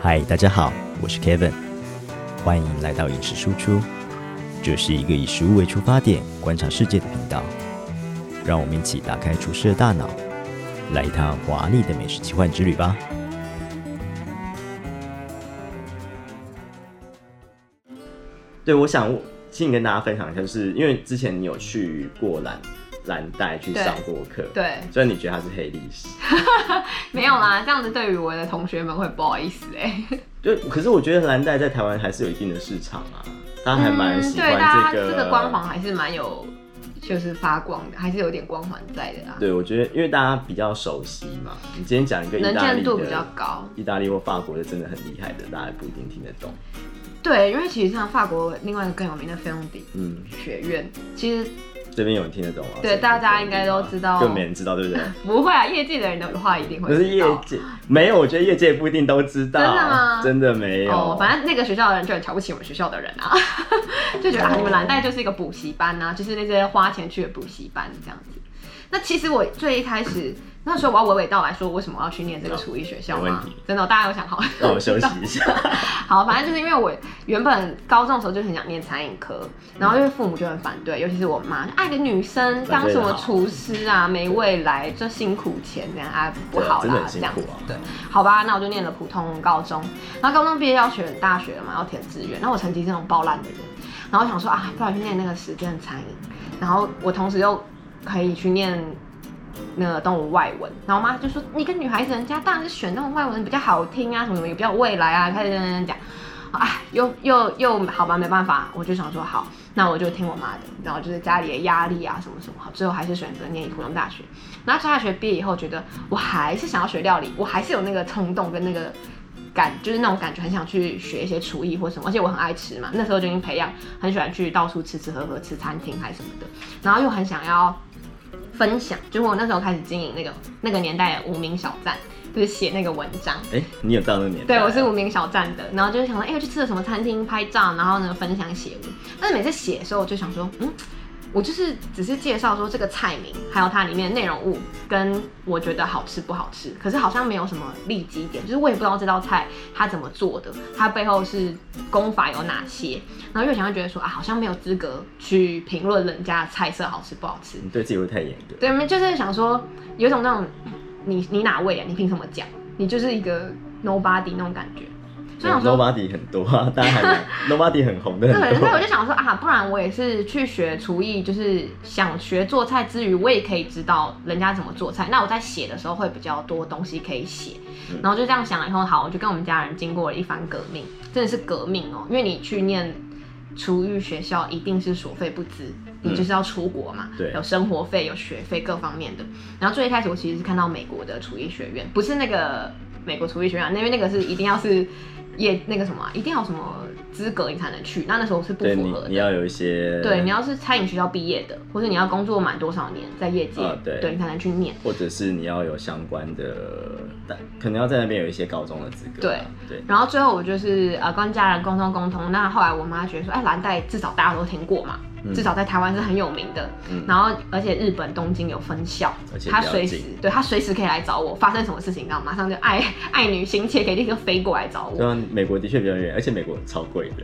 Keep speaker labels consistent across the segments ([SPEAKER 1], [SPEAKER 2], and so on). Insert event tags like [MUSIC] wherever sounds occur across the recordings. [SPEAKER 1] 嗨，大家好，我是 Kevin，欢迎来到饮食输出。这是一个以食物为出发点观察世界的频道，让我们一起打开厨师的大脑，来一趟华丽的美食奇幻之旅吧。对，我想请你跟大家分享一下，就是因为之前你有去过蓝蓝带去
[SPEAKER 2] 对
[SPEAKER 1] 上过课，
[SPEAKER 2] 对，
[SPEAKER 1] 所以你觉得它是黑历史？
[SPEAKER 2] 没有啦，这样子对于我的同学们会不好意思哎、
[SPEAKER 1] 就可是我觉得蓝带在台湾还是有一定的市场啊，大家还蛮喜
[SPEAKER 2] 嗯对大
[SPEAKER 1] 欢
[SPEAKER 2] 家
[SPEAKER 1] 这个、
[SPEAKER 2] 这个光环还是蛮有，就是发光的，还是有点光环在的啦，
[SPEAKER 1] 对，我觉得因为大家比较熟悉嘛，你今天讲一个意
[SPEAKER 2] 能
[SPEAKER 1] 大
[SPEAKER 2] 见
[SPEAKER 1] 利
[SPEAKER 2] 度比较
[SPEAKER 1] 的，
[SPEAKER 2] 高。
[SPEAKER 1] 意大利或法国的真的很厉害的，大家也不一定听得懂。
[SPEAKER 2] 对，因为其实像法国另外一个更有名的费用迪
[SPEAKER 1] 嗯，
[SPEAKER 2] 学院，其实
[SPEAKER 1] 这边有人听得懂吗？
[SPEAKER 2] 对
[SPEAKER 1] 谁听得懂
[SPEAKER 2] 大家应该都知道
[SPEAKER 1] 更没人知道，对不对？
[SPEAKER 2] 不 [LAUGHS] 会啊，业界的人的话一定会
[SPEAKER 1] 可是
[SPEAKER 2] 知
[SPEAKER 1] 业
[SPEAKER 2] 道。
[SPEAKER 1] 界没有，我觉得业界不一定都知道。
[SPEAKER 2] 真的吗
[SPEAKER 1] 真的没有。
[SPEAKER 2] 哦，反正那个学校的人就很瞧不起我们学校的人啊， [LAUGHS] 就觉得啊，你们蓝带就是一个补习班呐、啊，就是那些花钱去的补习班这样子。那其实我最一开始那时候我要娓娓道来说为什么我要去念这个厨艺学校
[SPEAKER 1] 没问
[SPEAKER 2] 吗
[SPEAKER 1] 题？
[SPEAKER 2] 真的哦、大家有想好？ [LAUGHS]
[SPEAKER 1] 让我休息一下。
[SPEAKER 2] 好，反正就是因为我原本高中的时候就很想念餐饮科，
[SPEAKER 1] 嗯
[SPEAKER 2] 然后因为父母就很反对，尤其是我妈，爱个女生当什么厨师啊，没未来，这辛苦钱这样啊 [LAUGHS] 不好
[SPEAKER 1] 对真的很，
[SPEAKER 2] 啦这
[SPEAKER 1] 辛
[SPEAKER 2] 样
[SPEAKER 1] 苦
[SPEAKER 2] 子
[SPEAKER 1] 啊。
[SPEAKER 2] 对，好吧，那我就念了普通高中，然后高中毕业要选大学了嘛，要填志愿，那我成绩是那种爆烂的人，然后我想说啊，不然去念那个实践餐饮，然后我同时又可以去念那个动物外文，然后我妈就说你跟女孩子人家当然是选那种外文比较好听啊，什么什么也比较有未来啊，开始在那边讲，哎，又又又好吧，没办法，我就想说好，那我就听我妈的，然后就是家里的压力啊什么什么，好，最后还是选择念普通大学。然后上大学毕业以后，觉得我还是想要学料理，我还是有那个冲动跟那个感，就是那种感觉，很想去学一些厨艺或什么，而且我很爱吃嘛，那时候就已经培养很喜欢去到处吃吃喝喝，吃餐厅还是什么的，然后又很想要分享，就是我那时候开始经营那个那个年代的无名小站，就是写那个文章。
[SPEAKER 1] 哎、你有到那个年代
[SPEAKER 2] 对，
[SPEAKER 1] 啊？
[SPEAKER 2] 我是无名小站的，然后就是想说，哎、我去吃了什么餐厅拍照，然后呢分享写文。但是每次写的时候，我就想说，嗯，我就是只是介绍说这个菜名，还有它里面的内容物，跟我觉得好吃不好吃，可是好像没有什么利基点，就是我也不知道这道菜它怎么做的，它背后是功法有哪些，然后越想越觉得说啊，好像没有资格去评论人家的菜色好吃不好吃，
[SPEAKER 1] 你对自己会太严格。
[SPEAKER 2] 对，没就是想说，有一种那种你你哪位啊？你凭什么讲？你就是一个 nobody 那种感觉。所以想说，
[SPEAKER 1] Nobody 很多 [LAUGHS] 啊，大家还
[SPEAKER 2] [LAUGHS]
[SPEAKER 1] 蛮 Nobody 很红的
[SPEAKER 2] 对，
[SPEAKER 1] 很
[SPEAKER 2] 所以我
[SPEAKER 1] 多。
[SPEAKER 2] 就想说啊，不然我也是去学厨艺，就是想学做菜之余，我也可以知道人家怎么做菜。那我在写的时候会比较多东西可以写
[SPEAKER 1] 嗯。
[SPEAKER 2] 然后就这样想了以后，好，我就跟我们家人经过了一番革命，真的是革命哦，因为你去念。厨艺学校一定是所费不赀，你就是要出国嘛，
[SPEAKER 1] 嗯对
[SPEAKER 2] 有生活费、有学费各方面的。然后最一开始我其实是看到美国的厨艺学院，不是那个美国厨艺学院，啊因为那个是一定要是也那个什么啊、一定要有什么资格你才能去。那那时候是不
[SPEAKER 1] 对
[SPEAKER 2] 符
[SPEAKER 1] 你
[SPEAKER 2] 合，
[SPEAKER 1] 你
[SPEAKER 2] 的。
[SPEAKER 1] 要有一些
[SPEAKER 2] 对，你要是餐饮学校毕业的，或者你要工作满多少年在业界，
[SPEAKER 1] 啊对
[SPEAKER 2] 你才能去念。
[SPEAKER 1] 或者是你要有相关的，但可能要在那边有一些高中的资格啊。对
[SPEAKER 2] 然后最后我就是呃跟家人沟通沟通，那后来我妈觉得说，哎，蓝带至少大家都听过嘛，
[SPEAKER 1] 嗯
[SPEAKER 2] 至少在台湾是很有名的，
[SPEAKER 1] 嗯
[SPEAKER 2] 然后而且日本东京有分校
[SPEAKER 1] 而且，比较
[SPEAKER 2] 她随时
[SPEAKER 1] 近
[SPEAKER 2] 对她随时可以来找我，发生什么事情，然后马上就爱 [LAUGHS] 爱女心切，可以立刻飞过来找
[SPEAKER 1] 对，
[SPEAKER 2] 我。
[SPEAKER 1] 对啊，美国的确比较远，而且美国超贵的。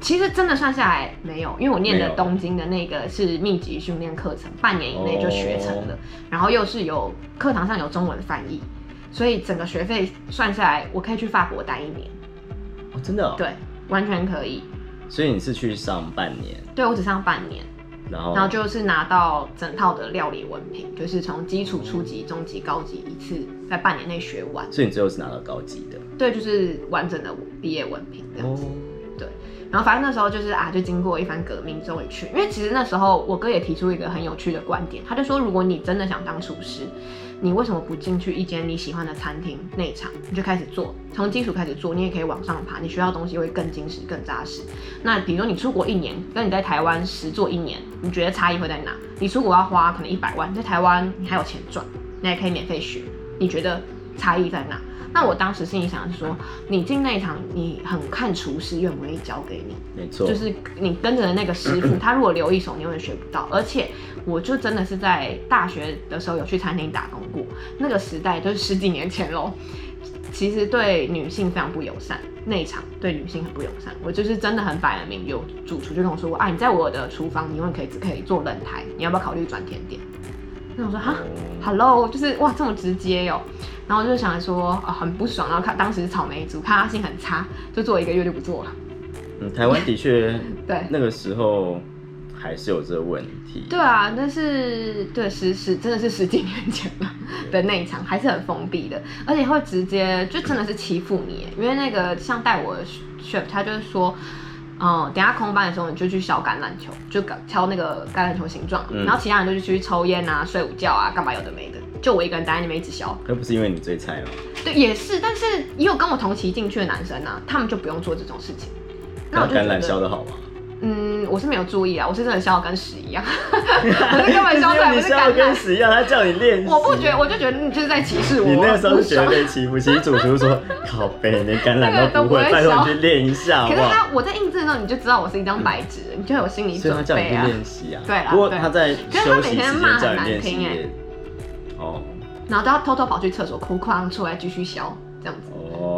[SPEAKER 2] 其实真的算下来没有，因为我念
[SPEAKER 1] 没
[SPEAKER 2] 的
[SPEAKER 1] 有
[SPEAKER 2] 东京的那个是密集训练课程，半年以内就学成了，
[SPEAKER 1] 哦
[SPEAKER 2] 然后又是有课堂上有中文翻译，所以整个学费算下来，我可以去法国待一年，
[SPEAKER 1] 哦，真的、哦。。
[SPEAKER 2] 对，完全可以。
[SPEAKER 1] 所以你是去上半年，
[SPEAKER 2] 对我只上半年，
[SPEAKER 1] 然后
[SPEAKER 2] 然后就是拿到整套的料理文凭，就是从基础、初级、中级、高级一次在半年内学完，
[SPEAKER 1] 所以你最后是拿到高级的。
[SPEAKER 2] 对，就是完整的毕业文凭这样子。
[SPEAKER 1] 哦。
[SPEAKER 2] 然后反正那时候就是啊，就经过一番革命，终于去。因为其实那时候我哥也提出一个很有趣的观点，他就说，如果你真的想当厨师，你为什么不进去一间你喜欢的餐厅内场，你就开始做，从基础开始做，你也可以往上爬，你学到东西会更精实、更扎实。那比如说你出国一年，跟你在台湾实做一年，你觉得差异会在哪？你出国要花可能一百万，在台湾你还有钱赚，你也可以免费学，你觉得差异在哪？那我当时心里想的是说，你进内场，你很看厨师愿不愿意教给你，
[SPEAKER 1] 没错。
[SPEAKER 2] 就是你跟着的那个师傅，他如果留一手，你永远学不到。而且，我就真的是在大学的时候有去餐厅打工过，那个时代就是十几年前喽。其实对女性非常不友善，内场对女性很不友善。我就是真的很摆明，有主厨就跟我说过，啊，你在我的厨房，你永远可以只可以做冷台，你要不要考虑转甜点？那我说哈，Hello，就是
[SPEAKER 1] 哦
[SPEAKER 2] 哇这么直接哟、然后我就想说啊、很不爽，然后看当时是草莓族，抗压性很差，就做一个月就不做了。
[SPEAKER 1] 嗯，台湾的
[SPEAKER 2] [LAUGHS]
[SPEAKER 1] 确
[SPEAKER 2] 对
[SPEAKER 1] 那个时候还是有这个问题。
[SPEAKER 2] 对啊，那是对十十真的是十几年前了的那一场，还是很封闭的，而且会直接就真的是欺负你耶，因为那个像带我的 chef 他就是说。嗯，等一下空班的时候，你就去削橄榄球，就搞挑那个橄榄球形状，
[SPEAKER 1] 嗯
[SPEAKER 2] 然后其他人就去去抽烟啊、睡午觉啊、干嘛有的没的，就我一个人待在那边一直削。
[SPEAKER 1] 那不是因为你最菜吗？
[SPEAKER 2] 对，也是，但是也有跟我同期进去的男生啊，他们就不用做这种事情。那我就觉
[SPEAKER 1] 橄榄
[SPEAKER 2] 得，
[SPEAKER 1] 削的好吗？
[SPEAKER 2] 嗯，我是没有注意啊，我是真的削的跟屎
[SPEAKER 1] [LAUGHS]
[SPEAKER 2] 一样，我是根本削出来不
[SPEAKER 1] 你
[SPEAKER 2] 是
[SPEAKER 1] 削
[SPEAKER 2] 橄
[SPEAKER 1] 的跟
[SPEAKER 2] 榄。
[SPEAKER 1] 屎一样，他叫你练习。
[SPEAKER 2] 我不觉得，我就觉得你就是在歧视我。
[SPEAKER 1] 你那个时候
[SPEAKER 2] 我
[SPEAKER 1] 就
[SPEAKER 2] 不
[SPEAKER 1] 觉得
[SPEAKER 2] 爽
[SPEAKER 1] 被欺负，其实主厨说：“靠背，连橄
[SPEAKER 2] 那
[SPEAKER 1] 榄
[SPEAKER 2] 个
[SPEAKER 1] 都
[SPEAKER 2] 都
[SPEAKER 1] 不
[SPEAKER 2] 不
[SPEAKER 1] 会，
[SPEAKER 2] 会
[SPEAKER 1] 拜托你
[SPEAKER 2] 削
[SPEAKER 1] 去练一下好
[SPEAKER 2] 可
[SPEAKER 1] 不
[SPEAKER 2] 是
[SPEAKER 1] 好
[SPEAKER 2] 他我在印证的时候，你就知道我是一张白纸，你就有心？”理
[SPEAKER 1] 所以他
[SPEAKER 2] 准
[SPEAKER 1] 叫你
[SPEAKER 2] 备
[SPEAKER 1] 去
[SPEAKER 2] 啊。
[SPEAKER 1] 练习啊。
[SPEAKER 2] 对啦
[SPEAKER 1] 不过他在
[SPEAKER 2] 对可
[SPEAKER 1] 休
[SPEAKER 2] 是他
[SPEAKER 1] 息
[SPEAKER 2] 每天
[SPEAKER 1] 时间
[SPEAKER 2] 骂得
[SPEAKER 1] 叫
[SPEAKER 2] 很
[SPEAKER 1] 你
[SPEAKER 2] 难
[SPEAKER 1] 练习
[SPEAKER 2] 听欸
[SPEAKER 1] 也，哦
[SPEAKER 2] 然后都要偷偷跑去厕所哭框出来继续削，这样子，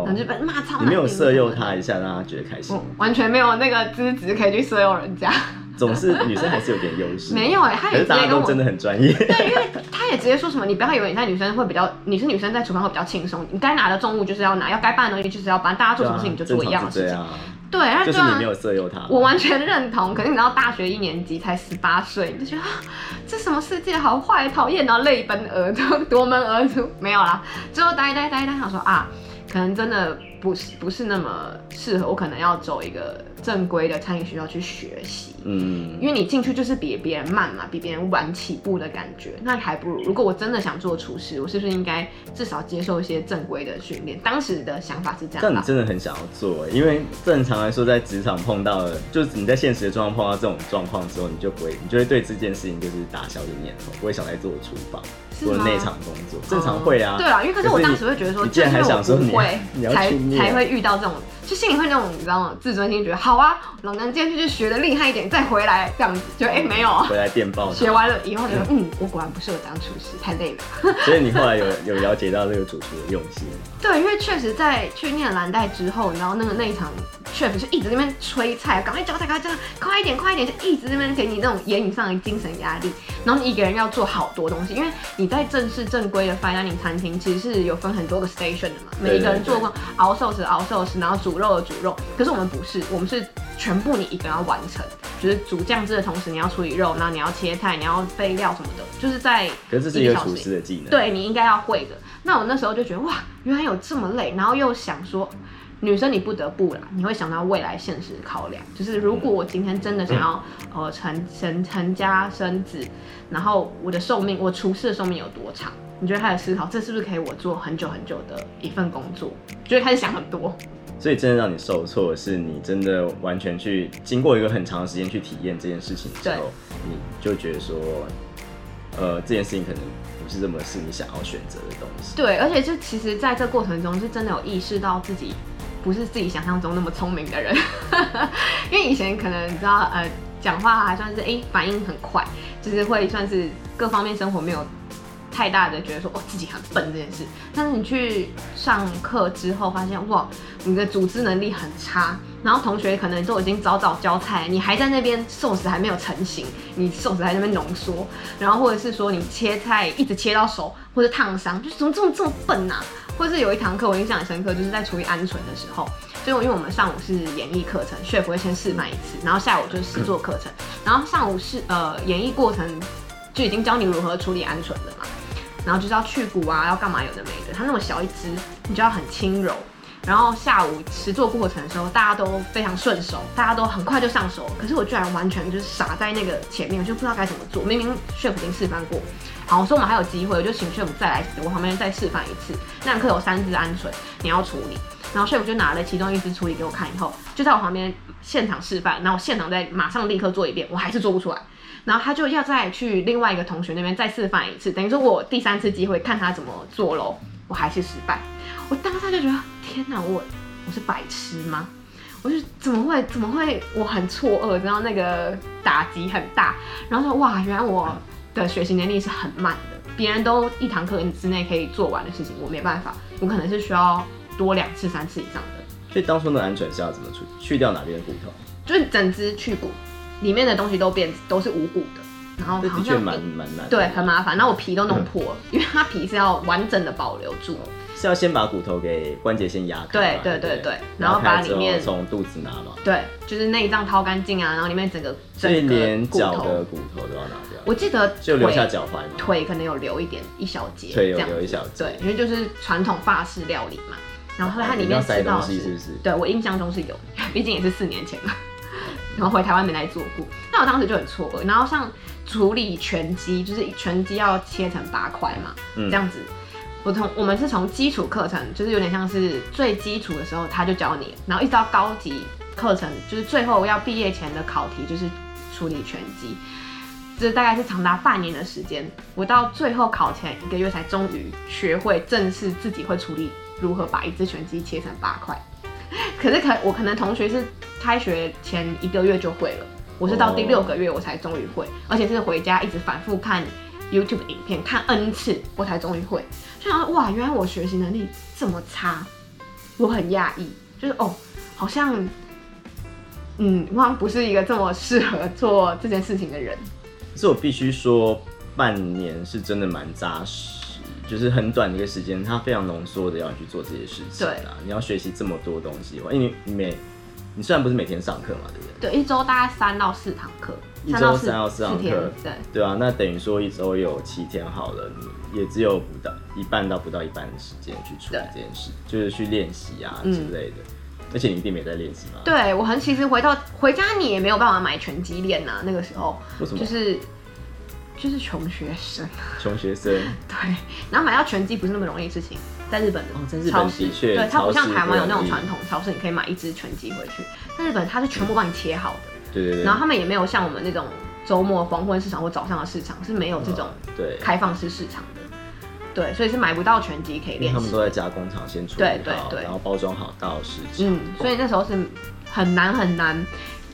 [SPEAKER 2] 然后就
[SPEAKER 1] 哦，
[SPEAKER 2] 被骂超难听的。
[SPEAKER 1] 你没有色诱他一下，让他觉得开心
[SPEAKER 2] 我，完全没有那个资质可以去色诱人家。
[SPEAKER 1] 总是女生还是有点优势。
[SPEAKER 2] 没有欸他也
[SPEAKER 1] 可是大
[SPEAKER 2] 直
[SPEAKER 1] 家
[SPEAKER 2] 接跟
[SPEAKER 1] 都
[SPEAKER 2] 我
[SPEAKER 1] 真的很专业。
[SPEAKER 2] 对，因为他也直接说什么，你不要以为你在女生会比较，你是女生在厨房会比较轻松，你该拿的重物就是要拿，要该办的东西就是要办，大家做什么事情就做一样的
[SPEAKER 1] 对
[SPEAKER 2] 事情。
[SPEAKER 1] 啊，
[SPEAKER 2] 对，然后
[SPEAKER 1] 就是
[SPEAKER 2] 就
[SPEAKER 1] 你没有色诱他。
[SPEAKER 2] 我完全认同，可是你知道大学一年级才十八岁，你就觉得、啊、这什么世界好坏，讨厌，然后泪奔而出，夺门而出，没有啦，最后呆呆呆呆想说啊，可能真的不是不是那么适合，我可能要走一个正规的餐饮学校去学习。
[SPEAKER 1] 嗯
[SPEAKER 2] 因为你进去就是比别人慢嘛，比别人晚起步的感觉，那还不如。如果我真的想做厨师，我是不是应该至少接受一些正规的训练？当时的想法是这样
[SPEAKER 1] 但你
[SPEAKER 2] 吧。
[SPEAKER 1] 真的很想要做欸，因为正常来说，在职场碰到了，就是你在现实的状况碰到这种状况之后，你就不会，你就会对这件事情就是打消的念头，不会想再做厨房
[SPEAKER 2] 是
[SPEAKER 1] 或者
[SPEAKER 2] 吗
[SPEAKER 1] 内场工作，正常会啊。
[SPEAKER 2] 对啊，因为可是我
[SPEAKER 1] 可是
[SPEAKER 2] 当
[SPEAKER 1] 你
[SPEAKER 2] 时会觉得说，
[SPEAKER 1] 你
[SPEAKER 2] 就
[SPEAKER 1] 竟然
[SPEAKER 2] 是因为
[SPEAKER 1] 还想说
[SPEAKER 2] 我
[SPEAKER 1] 你
[SPEAKER 2] 不会
[SPEAKER 1] 你要
[SPEAKER 2] 才
[SPEAKER 1] 去念
[SPEAKER 2] 才会遇到这种，就心里会那种你知道吗？自尊心觉得好啊，老娘今天就去学的厉害一点，再回来这样子，就哎、没有，
[SPEAKER 1] 回来电报
[SPEAKER 2] 学
[SPEAKER 1] 他，
[SPEAKER 2] 完了以后觉得嗯，我果然不适合当厨师，太累了。
[SPEAKER 1] 所以你后来有有了解到这个主厨的用心，
[SPEAKER 2] 对，因为确实在去念蓝带之后，然后那个那一场 chef 就一直在那边催菜，赶快教菜，赶快教菜，快一点，快一点，就一直在那边给你那种言语上的精神压力。然后你一个人要做好多东西，因为你在正式正规的 fine dining 餐厅其实是有分很多个 station 的嘛，每一个人做过熬寿司、熬寿司，然后煮肉的煮肉。可是我们不是，我们是全部你一个人要完成，就是煮酱汁的同时你要处理肉，然后你要切菜，你要备料什么的，就是在
[SPEAKER 1] 可是这是一个
[SPEAKER 2] 个小
[SPEAKER 1] 厨
[SPEAKER 2] 时
[SPEAKER 1] 师的技能。，
[SPEAKER 2] 对你应该要会的。那我那时候就觉得哇，原来有这么累，然后又想说，女生你不得不啦，你会想到未来现实考量，就是如果我今天真的想要呃成成成家生子，然后我的寿命，我厨师的寿命有多长？你就会开始思考，这是不是可以我做很久很久的一份工作？就会开始想很多。
[SPEAKER 1] 所以真的让你受挫的是，你真的完全去经过一个很长的时间去体验这件事情之
[SPEAKER 2] 对
[SPEAKER 1] 后，你就觉得说，呃，这件事情可能不是这么是你想要选择的东西。
[SPEAKER 2] 对，而且就其实在这过程中是真的有意识到自己不是自己想象中那么聪明的人， [LAUGHS] 因为以前可能你知道呃讲话还算是哎、诶反应很快，就是会算是各方面生活没有太大的觉得说哦自己很笨这件事，但是你去上课之后发现哇你的组织能力很差，然后同学可能都已经早早交菜，你还在那边寿司还没有成型，你寿司还在那边浓缩，然后或者是说你切菜一直切到手或者烫伤，就是怎么这么这么笨呐、或者是有一堂课我印象很深刻，就是在处理鹌鹑的时候，就因为我们上午是演绎课程，chef 会先示范一次，然后下午就是试做课程，然后上午是呃演绎过程就已经教你如何处理鹌鹑了嘛，然后就是要去骨啊，要干嘛有的没的，它那么小一只，你就要很轻柔。然后下午实做过程的时候，大家都非常顺手，大家都很快就上手了。可是我居然完全就是傻在那个前面，我就不知道该怎么做。明明 chef 已经示范过，好，我说我们还有机会，我就请 chef 再来我旁边再示范一次。那堂课有三只鹌鹑，你要处理。然后 chef 就拿了其中一只处理给我看，以后就在我旁边现场示范，然后我现场再马上立刻做一遍，我还是做不出来。然后他就要再去另外一个同学那边再示范一次，等于说我第三次机会看他怎么做喽，我还是失败。我当下就觉得天哪，我我是白痴吗？我就怎么会怎么会我很错愕，然后那个打击很大，然后说哇，原来我的学习能力是很慢的，别人都一堂课之内可以做完的事情，我没办法，我可能是需要多两次、三次以上的，
[SPEAKER 1] 所以当初的安全是要怎么去去掉哪边的骨头？
[SPEAKER 2] 就是整只去骨里面的东西都变都是无骨的，然后
[SPEAKER 1] 这
[SPEAKER 2] 哦好
[SPEAKER 1] 的确
[SPEAKER 2] 像
[SPEAKER 1] 蛮蛮难的，
[SPEAKER 2] 对很麻烦，那我皮都弄破了，因为它皮是要完整的保留住。
[SPEAKER 1] 是要先把骨头给关节先压开嘛，
[SPEAKER 2] 对对
[SPEAKER 1] 对不
[SPEAKER 2] 对对
[SPEAKER 1] 然
[SPEAKER 2] 然后把
[SPEAKER 1] 开了之
[SPEAKER 2] 里面
[SPEAKER 1] 从肚子拿嘛，
[SPEAKER 2] 对，就是内脏掏干净啊，然后里面整个
[SPEAKER 1] 所以
[SPEAKER 2] 整个
[SPEAKER 1] 连
[SPEAKER 2] 骨
[SPEAKER 1] 脚的
[SPEAKER 2] 头，
[SPEAKER 1] 骨头都要拿掉，
[SPEAKER 2] 我记得
[SPEAKER 1] 就留下
[SPEAKER 2] 腿
[SPEAKER 1] 脚踝嘛，
[SPEAKER 2] 腿可能有留一点一小节，
[SPEAKER 1] 腿有
[SPEAKER 2] 这样
[SPEAKER 1] 留一小节
[SPEAKER 2] 对，因为就是传统法式料理嘛。然后它
[SPEAKER 1] 哦
[SPEAKER 2] 里
[SPEAKER 1] 你要
[SPEAKER 2] 面
[SPEAKER 1] 塞
[SPEAKER 2] 吃
[SPEAKER 1] 东
[SPEAKER 2] 到
[SPEAKER 1] 西是不是？
[SPEAKER 2] 对我印象中是有， [LAUGHS] 毕竟也是四年前了。 [LAUGHS] 然后回台湾没来做过，那我当时就很错愕。然后像处理全鸡，就是全鸡要切成八块嘛，
[SPEAKER 1] 嗯
[SPEAKER 2] 这样子。我从我们是从基础课程，就是有点像是最基础的时候他就教你，然后一直到高级课程，就是最后要毕业前的考题就是处理全鸡，这大概是长达半年的时间。我到最后考前一个月才终于学会正式自己会处理如何把一只全鸡切成八块。 [LAUGHS] 可是可我可能同学是开学前一个月就会了，我是到第六个月我才终于会，而且是回家一直反复看 YouTube 影片看 N 次，我才终于会。就想说哇，原来我学习能力这么差，我很讶异，就是哦，好像嗯，我好像不是一个这么适合做这件事情的人。
[SPEAKER 1] 可是我必须说，半年是真的蛮扎实，就是很短的一个时间，它非常浓缩的要你去做这些事情啦。你要学习这么多东西的话，因为你每你虽然不是每天上课嘛，对不对？
[SPEAKER 2] 对，一周大概三到四堂课，
[SPEAKER 1] 一周
[SPEAKER 2] 到
[SPEAKER 1] 三到四
[SPEAKER 2] 四
[SPEAKER 1] 堂
[SPEAKER 2] 天
[SPEAKER 1] 课，
[SPEAKER 2] 对。
[SPEAKER 1] 对啊，那等于说一周有七天好了，你也只有不到一半到不到一半的时间去处理
[SPEAKER 2] 对
[SPEAKER 1] 这件事，就是去练习啊
[SPEAKER 2] 嗯
[SPEAKER 1] 之类的。而且你一定没在练习嘛？，
[SPEAKER 2] 对我很其实回到回家你也没有办法买拳击练呐、那个时候
[SPEAKER 1] 为什么
[SPEAKER 2] 就是就是穷学生， [LAUGHS]
[SPEAKER 1] 穷学生
[SPEAKER 2] 对，然后买到拳击不是那么容易的事情，在日本
[SPEAKER 1] 哦在日本
[SPEAKER 2] 超市
[SPEAKER 1] 的确
[SPEAKER 2] 对它
[SPEAKER 1] 超
[SPEAKER 2] 不
[SPEAKER 1] 市
[SPEAKER 2] 像台湾有那
[SPEAKER 1] 不容
[SPEAKER 2] 种
[SPEAKER 1] 易
[SPEAKER 2] 传统超市，你可以买一只拳击回去，在日本它是全部帮你切好的，
[SPEAKER 1] 对对对，
[SPEAKER 2] 然后他们也没有像我们那种周末黄昏市场或早上的市场是没有这种
[SPEAKER 1] 嗯对，
[SPEAKER 2] 开放式市场的，对，所以是买不到拳击可以
[SPEAKER 1] 因为
[SPEAKER 2] 练
[SPEAKER 1] 他
[SPEAKER 2] 习
[SPEAKER 1] 们。都在加工厂先处理好，
[SPEAKER 2] 对对对
[SPEAKER 1] 然后包装好到市场。
[SPEAKER 2] 嗯，所以那时候是很难很难。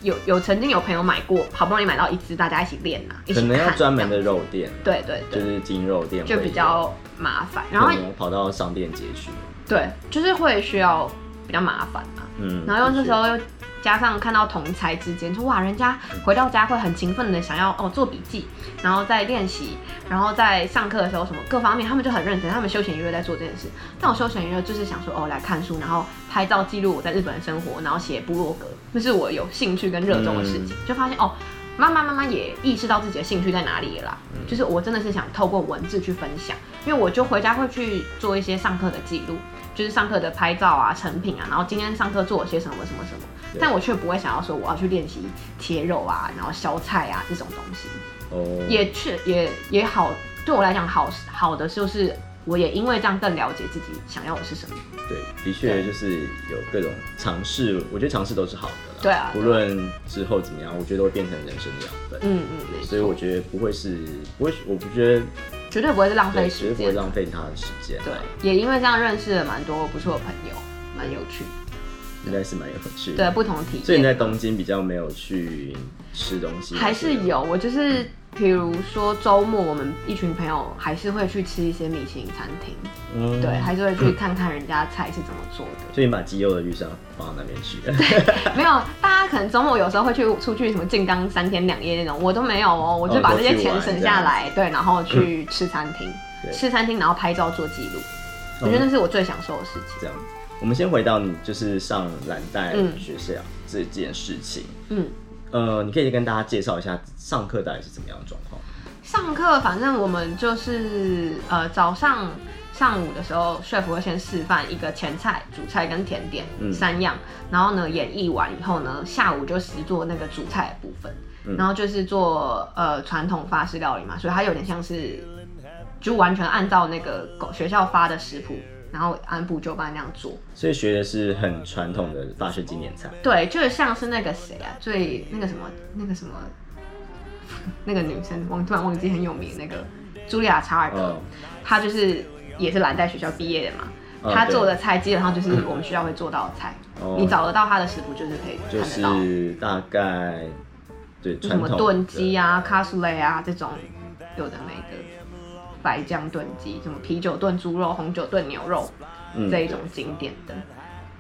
[SPEAKER 2] 有有曾经有朋友买过，好不容易买到一只，大家一起练呐、一起
[SPEAKER 1] 可能要
[SPEAKER 2] 看
[SPEAKER 1] 专门
[SPEAKER 2] 这样
[SPEAKER 1] 的肉店，啊
[SPEAKER 2] 对对
[SPEAKER 1] 就
[SPEAKER 2] 对，
[SPEAKER 1] 是精肉店会
[SPEAKER 2] 就
[SPEAKER 1] 有，
[SPEAKER 2] 比较麻烦，然后
[SPEAKER 1] 可能跑到商店街去。
[SPEAKER 2] 对，就是会需要比较麻烦嘛、
[SPEAKER 1] 嗯，
[SPEAKER 2] 然后又
[SPEAKER 1] 的
[SPEAKER 2] 那
[SPEAKER 1] 确
[SPEAKER 2] 时候又加上看到同才之间，说哇，人家回到家会很勤奋的想要哦做笔记，然后再练习，然后在上课的时候什么各方面，他们就很认真，他们休闲娱乐在做这件事。但我休闲娱乐就是想说哦来看书，然后拍照记录我在日本的生活，然后写部落格，那是我有兴趣跟热衷的事情，就发现哦。慢慢慢慢也意识到自己的兴趣在哪里了啦，就是我真的是想透过文字去分享，因为我就回家会去做一些上课的记录，就是上课的拍照啊、成品啊，然后今天上课做了些什么什么什么
[SPEAKER 1] 对，
[SPEAKER 2] 但我却不会想要说我要去练习切肉啊，然后削菜啊这种东西，
[SPEAKER 1] 哦，
[SPEAKER 2] 也确也也好，对我来讲好好的就是我也因为这样更了解自己想要的是什么，
[SPEAKER 1] 对，的确就是有各种尝试，我觉得尝试都是好的啦。
[SPEAKER 2] 对啊
[SPEAKER 1] 无论之后怎么样，我觉得都会变成人生的养分。
[SPEAKER 2] 嗯嗯，没
[SPEAKER 1] 所以
[SPEAKER 2] 错，
[SPEAKER 1] 我觉得不会是，不会，我不觉得
[SPEAKER 2] 绝对不会是浪
[SPEAKER 1] 对，
[SPEAKER 2] 费
[SPEAKER 1] 绝对
[SPEAKER 2] 时
[SPEAKER 1] 不会
[SPEAKER 2] 间，啊
[SPEAKER 1] 浪费他的时间。啊
[SPEAKER 2] 对，，也因为这样认识了蛮多不错的朋友，蛮有趣的，
[SPEAKER 1] 应该是蛮有趣的。
[SPEAKER 2] 对不同的体验。
[SPEAKER 1] 所以你在东京比较没有去吃东西，
[SPEAKER 2] 还是有，我就是比如说周末，我们一群朋友还是会去吃一些米其林餐厅，
[SPEAKER 1] 嗯
[SPEAKER 2] 对，。还是会
[SPEAKER 1] [CLEARS THROAT]
[SPEAKER 2] 去看看人家菜是怎么做的。
[SPEAKER 1] 所以你把鸡肉的预算放到那边 [LAUGHS] 去，
[SPEAKER 2] 没有，大家可能周末有时候会去出去什么静冈三天两夜那种，我都没有哦，我就把这些钱省下来，对，然后去 [CLEARS THROAT] 吃餐厅，
[SPEAKER 1] 对
[SPEAKER 2] 吃餐厅，然后拍照做记录，我觉得那是我最享受的事情。
[SPEAKER 1] 嗯这样。我们先回到你就是上蓝带
[SPEAKER 2] 嗯
[SPEAKER 1] 学校这件事情，
[SPEAKER 2] 嗯，
[SPEAKER 1] 呃，你可以跟大家介绍一下上课到底是怎么样的状况。
[SPEAKER 2] 上课反正我们就是呃早上上午的时候，chef 会先示范一个前菜、主菜跟甜点、
[SPEAKER 1] 嗯
[SPEAKER 2] 三样，然后呢演绎完以后呢，下午就实做那个主菜的部分，
[SPEAKER 1] 嗯
[SPEAKER 2] 然后就是做呃传统法式料理嘛，所以它有点像是就完全按照那个狗学校发的食谱，然后按部就班那样做。
[SPEAKER 1] 所以学的是很传统的法式经典菜，
[SPEAKER 2] 对，就是像是那个谁啊，最那个什么那个什么 [LAUGHS] 那个女生，忘突然忘记很有名的那个茱莉亚·查尔德。
[SPEAKER 1] 嗯，
[SPEAKER 2] 他就是也是蓝带学校毕业的嘛，
[SPEAKER 1] 嗯
[SPEAKER 2] 他做的菜基本上就是我们学校会做到的菜，
[SPEAKER 1] 哦
[SPEAKER 2] 你找得到他的食谱就是可以
[SPEAKER 1] 就
[SPEAKER 2] 看得到，
[SPEAKER 1] 是大概对
[SPEAKER 2] 就什
[SPEAKER 1] 传
[SPEAKER 2] 么
[SPEAKER 1] 统
[SPEAKER 2] 炖鸡啊、卡苏雷啊这种有的没的，白酱炖鸡、什么啤酒炖猪肉、红酒炖牛肉，
[SPEAKER 1] 的，嗯
[SPEAKER 2] 这一种经典的。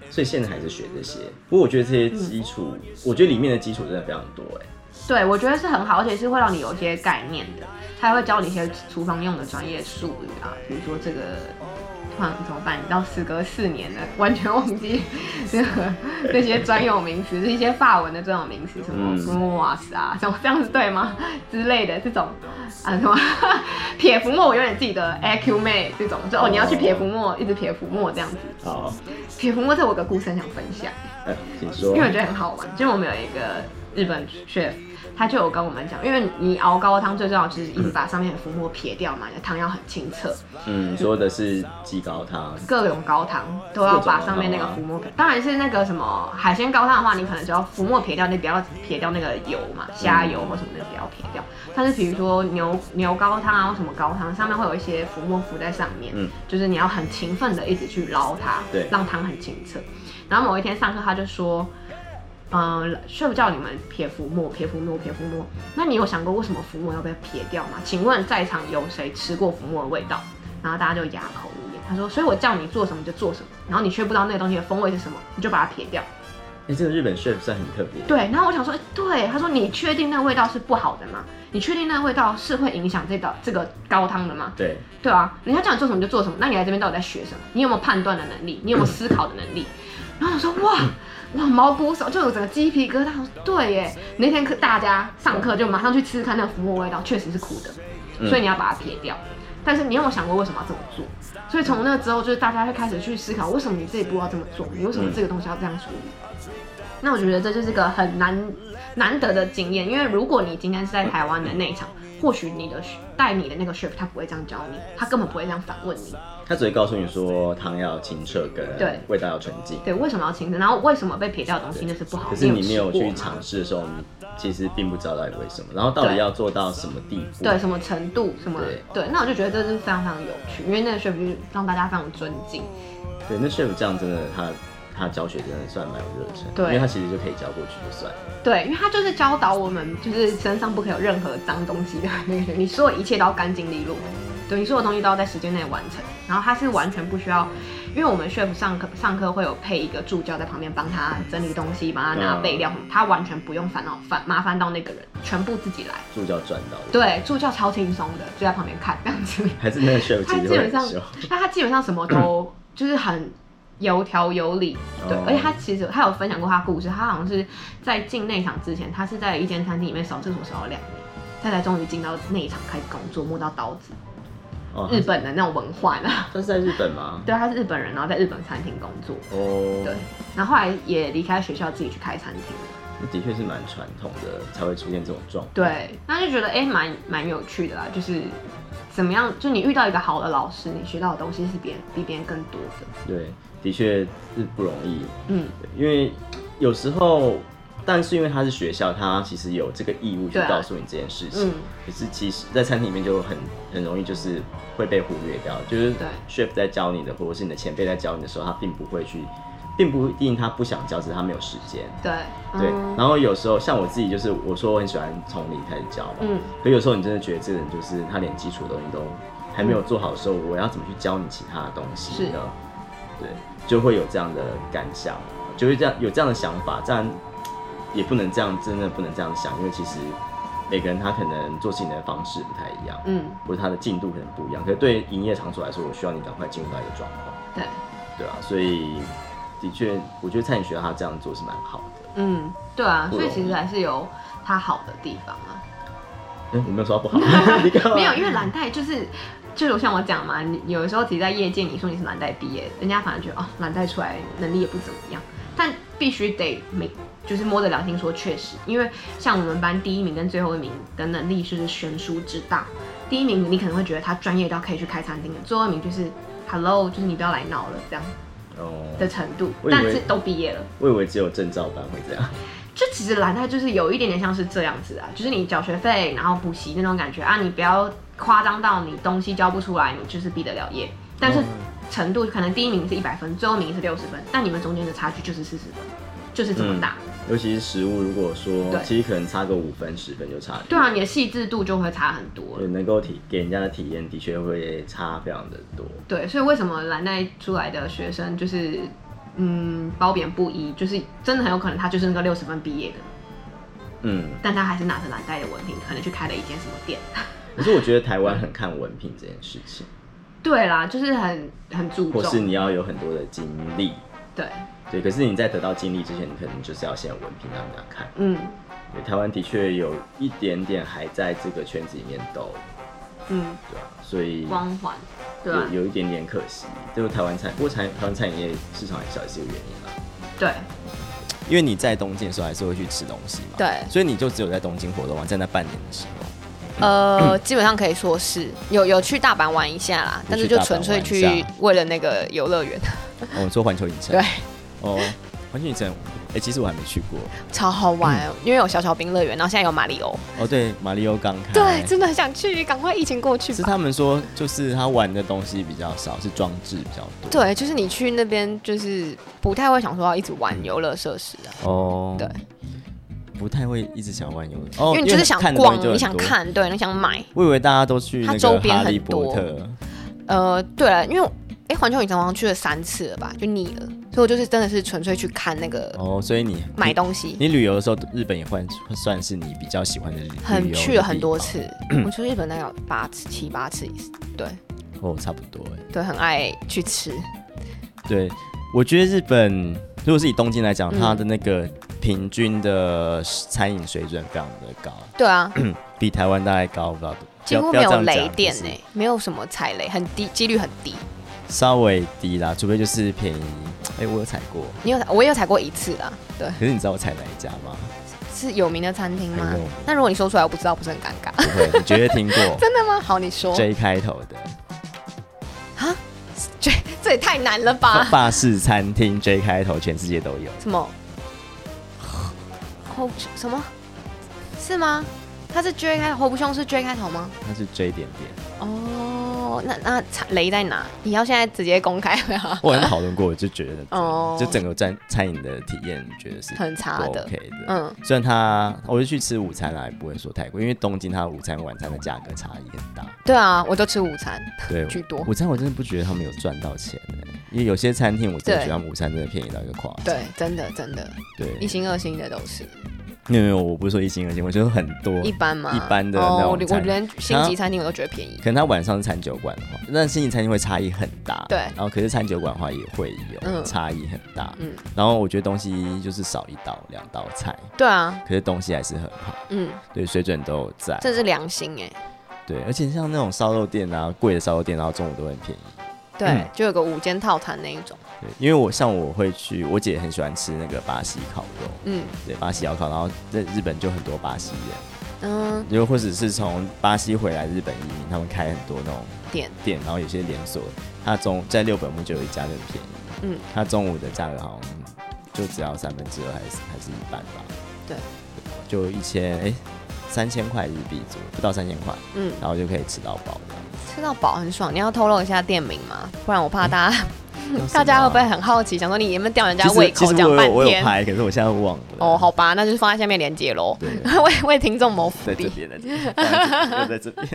[SPEAKER 1] 所以现在还是学这些。不过我觉得这些基础，
[SPEAKER 2] 嗯
[SPEAKER 1] 我觉得里面的基础真的非常多哎、
[SPEAKER 2] 对，我觉得是很好，而且是会让你有一些概念的。他还会教你一些厨房用的专业术语啊，比如说这个，突然怎么办？你到时隔四年了，完全忘记这个这些专有名词，是一些法文的专有名词，什么
[SPEAKER 1] 嗯
[SPEAKER 2] 福莫瓦斯啊，什么这样子对吗？之类的这种啊什么撇浮沫，我有点记得 a q u m e 这种，就哦你要去撇浮沫，一直撇浮沫这样子。
[SPEAKER 1] 好，
[SPEAKER 2] 撇浮沫这我有个故事很想分享。
[SPEAKER 1] 哎、请说
[SPEAKER 2] 嗯因。为我觉得很好玩。就是我们有一个日本 chef，他就有跟我们讲，因为你熬高汤最重要就是一直把上面的浮沫撇掉嘛，你的汤要很清澈，
[SPEAKER 1] 嗯，你说的是鸡高
[SPEAKER 2] [LAUGHS]
[SPEAKER 1] 汤，
[SPEAKER 2] 各种高汤都要把上面那个浮沫撇。当然是那个什么海鲜高汤的话，你可能只要浮沫撇掉，你不要撇掉那个油嘛，虾油或什么的不要撇掉。但是比如说牛牛高汤啊，或什么高汤，上面会有一些浮沫浮在上面，
[SPEAKER 1] 嗯
[SPEAKER 2] 就是你要很勤奋的一直去捞它，
[SPEAKER 1] 对
[SPEAKER 2] 让汤很清澈。然后某一天上课，他就说。嗯，睡不叫你们撇浮沫，撇浮沫，撇浮沫。那你有想过为什么浮沫要被撇掉吗？请问在场有谁吃过浮沫的味道？然后大家就哑口无言。他说，所以我叫你做什么就做什么，然后你却不知道那个东西的风味是什么，你就把它撇掉。
[SPEAKER 1] 哎、这个日本 chef 算很特别。
[SPEAKER 2] 对，然后我想说，诶对，他说你确定那个味道是不好的吗？你确定那个味道是会影响这道这个高汤的吗？
[SPEAKER 1] 对，
[SPEAKER 2] 对啊，人家叫你做什么就做什么，那你来这边到底在学什么？你有没有判断的能力？你有没有思考的能力？然后我说哇哇毛骨悚，就有整个鸡皮疙瘩。我说对耶，那天课大家上课就马上去吃吃看那个浮沫味道，确实是苦的，
[SPEAKER 1] 嗯
[SPEAKER 2] 所以你要把它撇掉。但是你有没有想过为什么要这么做？所以从那之后，就是大家会开始去思考，为什么你这一步要这么做？你为什么这个东西要这样处理？那我觉得这就是个很难难得的经验，因为如果你今天是在台湾的内场，或许你的带你的那个 chef 他不会这样教你，他根本不会这样反问你，
[SPEAKER 1] 他只会告诉你说汤要清澈跟
[SPEAKER 2] 对
[SPEAKER 1] 味道要纯净。
[SPEAKER 2] 对，为什么要清蒸？然后为什么被撇掉的东西那是不好，
[SPEAKER 1] 可是你没
[SPEAKER 2] 吃
[SPEAKER 1] 有
[SPEAKER 2] 过
[SPEAKER 1] 去
[SPEAKER 2] 吗
[SPEAKER 1] 尝试的时候，你其实并不知道到底为什么，然后到底
[SPEAKER 2] 对
[SPEAKER 1] 要做到什么地步。
[SPEAKER 2] 对，什么程度什么对，那我就觉得这是非常非常有趣，因为那个 chef 就是让大家非常尊敬，
[SPEAKER 1] 对，那 chef 这样真的，他他教学真的算蛮有热忱，
[SPEAKER 2] 对
[SPEAKER 1] 因为他其实就可以教过去就算了。
[SPEAKER 2] 对，因为他就是教导我们，就是身上不可以有任何脏东西的那个人，你所有一切都要干净利落，对，你所有东西都要在时间内完成。然后他是完全不需要，因为我们 chef 上课上课会有配一个助教在旁边帮他整理东西，帮他拿
[SPEAKER 1] 嗯
[SPEAKER 2] 备料什么，他完全不用烦恼烦麻烦到那个人，全部自己来。
[SPEAKER 1] 助教赚到的，
[SPEAKER 2] 对，助教超轻松的，就在旁边看这样子。
[SPEAKER 1] 还是那个 chef
[SPEAKER 2] 他
[SPEAKER 1] 其
[SPEAKER 2] 基
[SPEAKER 1] 实会
[SPEAKER 2] 本
[SPEAKER 1] 很
[SPEAKER 2] 上
[SPEAKER 1] 凶。，
[SPEAKER 2] 那他基本上什么 [CLEARS THROAT] 都就是很有条有理，对
[SPEAKER 1] 哦，
[SPEAKER 2] 而且他其实他有分享过他故事，他好像是在进内场之前，他是在一间餐厅里面扫厕所扫了两年，他才终于进到内场开始工作，摸到刀子，
[SPEAKER 1] 哦，
[SPEAKER 2] 日本的那种文化呢。
[SPEAKER 1] 他是在日本吗？
[SPEAKER 2] [LAUGHS] 对，他是日本人，然后在日本餐厅工作，
[SPEAKER 1] 哦，
[SPEAKER 2] 嗯对，然后后来也离开学校自己去开餐厅了。
[SPEAKER 1] 那的确是蛮传统的，才会出现这种状况。
[SPEAKER 2] 对，那就觉得哎，诶蛮、蛮有趣的啦，就是怎么样，就你遇到一个好的老师，你学到的东西是别人比别人更多的。
[SPEAKER 1] 对，的确是不容易，
[SPEAKER 2] 嗯，
[SPEAKER 1] 对因为有时候，但是因为他是学校，他其实有这个义务去
[SPEAKER 2] 对啊
[SPEAKER 1] 告诉你这件事情。
[SPEAKER 2] 嗯
[SPEAKER 1] 可是其实，在餐厅里面就很很容易就是会被忽略掉，就是
[SPEAKER 2] 对
[SPEAKER 1] chef 在教你的，或者是你的前辈在教你的时候，他并不会去，并不一定他不想教，只是他没有时间。
[SPEAKER 2] 对，
[SPEAKER 1] 对，
[SPEAKER 2] 嗯
[SPEAKER 1] 然后有时候像我自己，就是我说我很喜欢从零开始教嘛，
[SPEAKER 2] 嗯
[SPEAKER 1] 可有时候你真的觉得这个人就是他连基础的东西都还
[SPEAKER 2] 嗯
[SPEAKER 1] 没有做好的时候，我要怎么去教你其他的东西呢？对，就会有这样的感想，就会这样有这样的想法，但也不能这样，真的不能这样想，因为其实每个人他可能做事情的方式不太一样，
[SPEAKER 2] 嗯，
[SPEAKER 1] 或者他的进度可能不一样。可是对营业场所来说，我需要你赶快进入到一个状况，
[SPEAKER 2] 对，
[SPEAKER 1] 对啊，所以的确，我觉得餐饮学校他这样做是蛮好的。
[SPEAKER 2] 嗯，对啊，
[SPEAKER 1] 不
[SPEAKER 2] 所
[SPEAKER 1] 容
[SPEAKER 2] 以
[SPEAKER 1] 易
[SPEAKER 2] 其实还是有它好的地方啊。
[SPEAKER 1] 嗯，我没有说他不好， [LAUGHS] 你干嘛
[SPEAKER 2] 没有，因为蓝带就是，就是像我讲嘛，你有的时候其实在业界你说你是蓝带毕业，人家反而觉得哦，蓝带出来能力也不怎么样，但必须得每就是摸着良心说，确实，因为像我们班第一名跟最后一名的能力就是悬殊之大，第一名你可能会觉得他专业到可以去开餐厅了，最后一名就是 hello，就是你不要来闹了这样
[SPEAKER 1] 哦，
[SPEAKER 2] 的程度
[SPEAKER 1] 我，以为
[SPEAKER 2] 但是都毕业了。
[SPEAKER 1] 我以为只有证照班会这样。
[SPEAKER 2] 就其实蓝带就是有一点点像是这样子啊，就是你缴学费，然后补习那种感觉啊，你不要夸张到你东西交不出来，你就是毕得了业。但是
[SPEAKER 1] 哦
[SPEAKER 3] 嗯
[SPEAKER 2] 程度可能第一名是一百分，最后一名是六十分，但你们中间的差距就是四十分，
[SPEAKER 4] 就是这么大。
[SPEAKER 3] 尤其是食物，如果说
[SPEAKER 4] 对
[SPEAKER 3] 其实可能差个五分十分就差距
[SPEAKER 4] 对啊，你的细致度就会差很多
[SPEAKER 3] 对，
[SPEAKER 4] 了。
[SPEAKER 3] 能够体给人家的体验的确会差非常的多。
[SPEAKER 4] 对，所以为什么蓝带出来的学生就是嗯褒贬不一，就是真的很有可能他就是那个六十分毕业的，
[SPEAKER 3] 嗯，
[SPEAKER 4] 但他还是拿着蓝带的文凭，可能去开了一间什么店。
[SPEAKER 3] 可是我觉得台湾很看文凭这件事情，
[SPEAKER 4] 对啦，就是很很注
[SPEAKER 3] 或是
[SPEAKER 4] 重，
[SPEAKER 3] 你要有很多的经历，
[SPEAKER 4] 对，
[SPEAKER 3] 对。可是你在得到经历之前，你可能就是要先有文凭让人家看。
[SPEAKER 4] 嗯
[SPEAKER 3] 对，台湾的确有一点点还在这个圈子里面斗，
[SPEAKER 4] 嗯，
[SPEAKER 3] 对吧、所以
[SPEAKER 4] 光环，对啊
[SPEAKER 3] 有，有一点点可惜。就是台湾餐，不过台台湾餐饮业市场很小也是有原因啦。
[SPEAKER 4] 对
[SPEAKER 1] 因为你在东京的时候还是会去吃东西嘛，
[SPEAKER 2] 对
[SPEAKER 1] 所以你就只有在东京活动完，在那半年的时
[SPEAKER 2] [LAUGHS]
[SPEAKER 1] 候，嗯
[SPEAKER 2] 呃，基本上可以说是有有去大阪玩一下啦，但是就纯粹
[SPEAKER 1] 有去
[SPEAKER 2] 去
[SPEAKER 1] 大阪玩一
[SPEAKER 2] 为了那个游乐园，
[SPEAKER 1] 我们做环球影城，
[SPEAKER 2] 对，，
[SPEAKER 1] 哦，环球影城，哎、其实我还没去过，
[SPEAKER 2] 超好玩，嗯因为有小小兵乐园，然后现在有马里欧，
[SPEAKER 1] 哦，对，马里奥刚开，
[SPEAKER 2] 对，真的很想去，赶快疫情过去
[SPEAKER 1] 是
[SPEAKER 2] 吧。
[SPEAKER 1] 他们说就是他玩的东西比较少，是装置比较多，
[SPEAKER 2] 对，就是你去那边就是不太会想说要一直玩游乐设施啊，
[SPEAKER 1] 哦，
[SPEAKER 2] 对，
[SPEAKER 1] 不太会一直想玩游乐，哦，
[SPEAKER 2] 因为你就是想
[SPEAKER 1] 看的东西
[SPEAKER 2] 逛
[SPEAKER 1] 就，很
[SPEAKER 2] 你想
[SPEAKER 1] 多。
[SPEAKER 2] 看，对，你想买，
[SPEAKER 1] 我以为大家都去
[SPEAKER 2] 它
[SPEAKER 1] 那
[SPEAKER 2] 周
[SPEAKER 1] 个
[SPEAKER 2] 边
[SPEAKER 1] 哈利
[SPEAKER 2] 很
[SPEAKER 1] 波
[SPEAKER 2] 多
[SPEAKER 1] 特，
[SPEAKER 2] 呃，对了，因为哎，环球影城好像去了三次了吧，就腻了，所以我就是真的是纯粹去看那个
[SPEAKER 1] 哦，所以你
[SPEAKER 2] 买东西，
[SPEAKER 1] 你旅游的时候，日本也换算是你比较喜欢的旅旅
[SPEAKER 2] 很
[SPEAKER 1] 游
[SPEAKER 2] 去
[SPEAKER 1] 的
[SPEAKER 2] 了很
[SPEAKER 1] 地
[SPEAKER 2] 多
[SPEAKER 1] 方
[SPEAKER 2] 次，
[SPEAKER 1] [CLEARS THROAT]
[SPEAKER 2] 我去日本大概有八次、七八次以上，对
[SPEAKER 1] 哦，差不多哎。
[SPEAKER 2] 对，很爱去吃，
[SPEAKER 1] 对，我觉得日本如果是以东京来讲，
[SPEAKER 2] 嗯
[SPEAKER 1] 它的那个平均的餐饮水准非常的高，
[SPEAKER 2] 对啊，
[SPEAKER 1] 比台湾大概高不知道多。
[SPEAKER 2] 几乎
[SPEAKER 1] 不要不
[SPEAKER 2] 没有
[SPEAKER 1] 要这样
[SPEAKER 2] 雷
[SPEAKER 1] 讲
[SPEAKER 2] 电欸
[SPEAKER 1] 就
[SPEAKER 2] 呢、
[SPEAKER 1] 是
[SPEAKER 2] 没有什么踩雷，很低，几率很低。
[SPEAKER 1] 稍微低啦，除非就是便宜。哎、我有踩过，
[SPEAKER 2] 你有踩我也有踩过一次啦，对，
[SPEAKER 1] 可是你知道我踩哪一家
[SPEAKER 2] [LAUGHS]
[SPEAKER 1] 吗？
[SPEAKER 2] 是有名的餐厅吗
[SPEAKER 1] 很有名？
[SPEAKER 2] 那如果你说出来我不知道，不是很尴尬？ [LAUGHS]
[SPEAKER 1] 不会，你绝对听过
[SPEAKER 2] 真的吗？好，你
[SPEAKER 1] [LAUGHS]
[SPEAKER 2] 说，
[SPEAKER 1] J 开头的
[SPEAKER 2] 这这也太难
[SPEAKER 1] [LAUGHS]
[SPEAKER 2] 了吧？
[SPEAKER 1] 法式餐厅，J 开头，全世界都有。
[SPEAKER 2] 什么？后什么？是吗？它是 J 开头，侯不凶是 J 开头吗？
[SPEAKER 1] 它是 J 点点，
[SPEAKER 2] 哦，那那踩雷在哪？你要现在直接公开吗？
[SPEAKER 1] 我好像讨论过，我就觉得，
[SPEAKER 2] 哦
[SPEAKER 1] 就整个餐餐饮的体验，觉得是
[SPEAKER 2] 很差
[SPEAKER 1] 不
[SPEAKER 2] 的
[SPEAKER 1] OK 的，
[SPEAKER 2] 嗯，
[SPEAKER 1] 虽然它，我就去吃午餐啦，也不会说太贵，因为东京它的午餐晚餐的价格差异很大。
[SPEAKER 2] 对啊，我都吃午餐，
[SPEAKER 1] 对，
[SPEAKER 2] 居多
[SPEAKER 1] 午餐我真的不觉得他们有赚到钱、欸，因为有些餐厅我真的
[SPEAKER 2] 对
[SPEAKER 1] 觉得他们午餐真的便宜到一个夸张。
[SPEAKER 2] 对，真的真的，
[SPEAKER 1] 对
[SPEAKER 2] 一星二星的都是
[SPEAKER 1] 没有没有，我不是说一星二星，我觉得很多
[SPEAKER 2] 一般嘛，
[SPEAKER 1] 一般的那
[SPEAKER 2] 哦，
[SPEAKER 1] 种
[SPEAKER 2] 我连我
[SPEAKER 1] 餐啊
[SPEAKER 2] 连星级餐厅我都觉得便宜
[SPEAKER 1] 可，能他晚上是餐酒馆的话，那星级餐厅会差异很大。
[SPEAKER 2] 对
[SPEAKER 1] 然后可是餐酒馆的话也会有
[SPEAKER 2] 嗯
[SPEAKER 1] 差异很大。嗯
[SPEAKER 2] 嗯，
[SPEAKER 1] 然后我觉得东西就是少一道两道菜，
[SPEAKER 2] 对啊，
[SPEAKER 1] 可是东西还是很好，
[SPEAKER 2] 嗯，
[SPEAKER 1] 对，水准都有在。
[SPEAKER 2] 这是良心哎，
[SPEAKER 1] 对，而且像那种烧肉店啊，贵的烧肉店，然后中午都很便宜。嗯
[SPEAKER 2] 对，就有个午间套餐那一种，
[SPEAKER 1] 对，因为我像我会去，我姐很喜欢吃那个巴西烤肉，
[SPEAKER 2] 嗯
[SPEAKER 1] 对，巴西烤，然后在日本就很多巴西人，
[SPEAKER 2] 嗯，
[SPEAKER 1] 就或者是从巴西回来日本移民，他们开很多那种
[SPEAKER 2] 点
[SPEAKER 1] 店，然后有些连锁，它中在六本木就有一家就很便宜，
[SPEAKER 2] 嗯，
[SPEAKER 1] 它中午的价格好像就只要三分之二，还是还是一半吧，
[SPEAKER 2] 对，
[SPEAKER 1] 就一千哎三千块日币左右，不到三千块，
[SPEAKER 2] 嗯，
[SPEAKER 1] 然后就可以吃到饱这
[SPEAKER 2] 吃到饱很爽。你要透露一下店名吗？不然我怕大家
[SPEAKER 1] 样。
[SPEAKER 2] [LAUGHS] 大家会不会很好奇，想说你有没有吊人家
[SPEAKER 1] 嗯其实
[SPEAKER 2] 胃
[SPEAKER 1] 其
[SPEAKER 2] 口
[SPEAKER 1] 实
[SPEAKER 2] 讲
[SPEAKER 1] 我
[SPEAKER 2] 半
[SPEAKER 1] 有我有
[SPEAKER 2] 天？
[SPEAKER 1] 拍，可是我现在忘了。
[SPEAKER 2] 哦，好吧，那就是放在下面连接喽
[SPEAKER 1] 对，
[SPEAKER 2] [LAUGHS] 为为听众谋福
[SPEAKER 1] 在这
[SPEAKER 2] 利。
[SPEAKER 1] 边，在这边，又在这
[SPEAKER 2] [LAUGHS]
[SPEAKER 1] 边。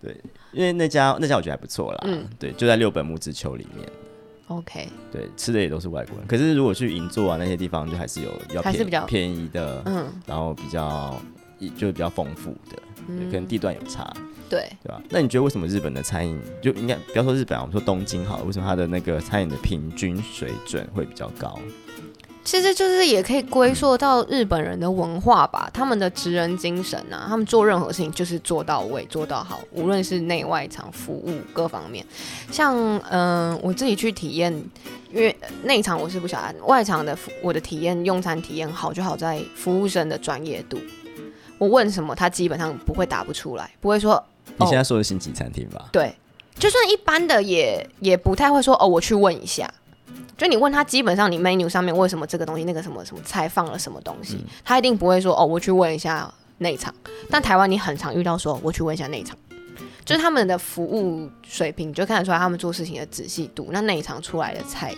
[SPEAKER 1] 对，因为那家那家我觉得还不错啦，
[SPEAKER 2] 嗯
[SPEAKER 1] 对，就在六本木之丘里面，
[SPEAKER 2] OK，
[SPEAKER 1] 对，吃的也都是外国人。可是如果去银座啊那些地方，就还是有比较
[SPEAKER 2] 还是
[SPEAKER 1] 便
[SPEAKER 2] 比较
[SPEAKER 1] 便宜的，
[SPEAKER 2] 嗯，
[SPEAKER 1] 然后比较就是比较丰富的，对，
[SPEAKER 2] 嗯
[SPEAKER 1] 可能地段有差，
[SPEAKER 2] 对，
[SPEAKER 1] 对吧？那你觉得为什么日本的餐饮就应该不要说日本啊，我们说东京好了，为什么它的那个餐饮的平均水准会比较高？
[SPEAKER 2] 其实就是也可以归溯到日本人的文化吧，他们的职人精神啊，他们做任何事情就是做到位、做到好，无论是内外场服务各方面。像嗯、呃我自己去体验，因为呃内场我是不喜欢，外场的服我的体验用餐体验好就好在服务生的专业度。我问什么，他基本上不会答不出来，不会说哦
[SPEAKER 1] 你现在说的星级餐厅吧？
[SPEAKER 2] 对，就算一般的也也不太会说哦，我去问一下。就你问他，基本上你 menu 上面为什么这个东西、那个什么什么菜放了什么东
[SPEAKER 1] 嗯
[SPEAKER 2] 西，他一定不会说哦，我去问一下内场。但台湾你很常遇到说哦我去问一下内场，就是他们的服务水平，你就看得出来他们做事情的仔细度。那内场出来的菜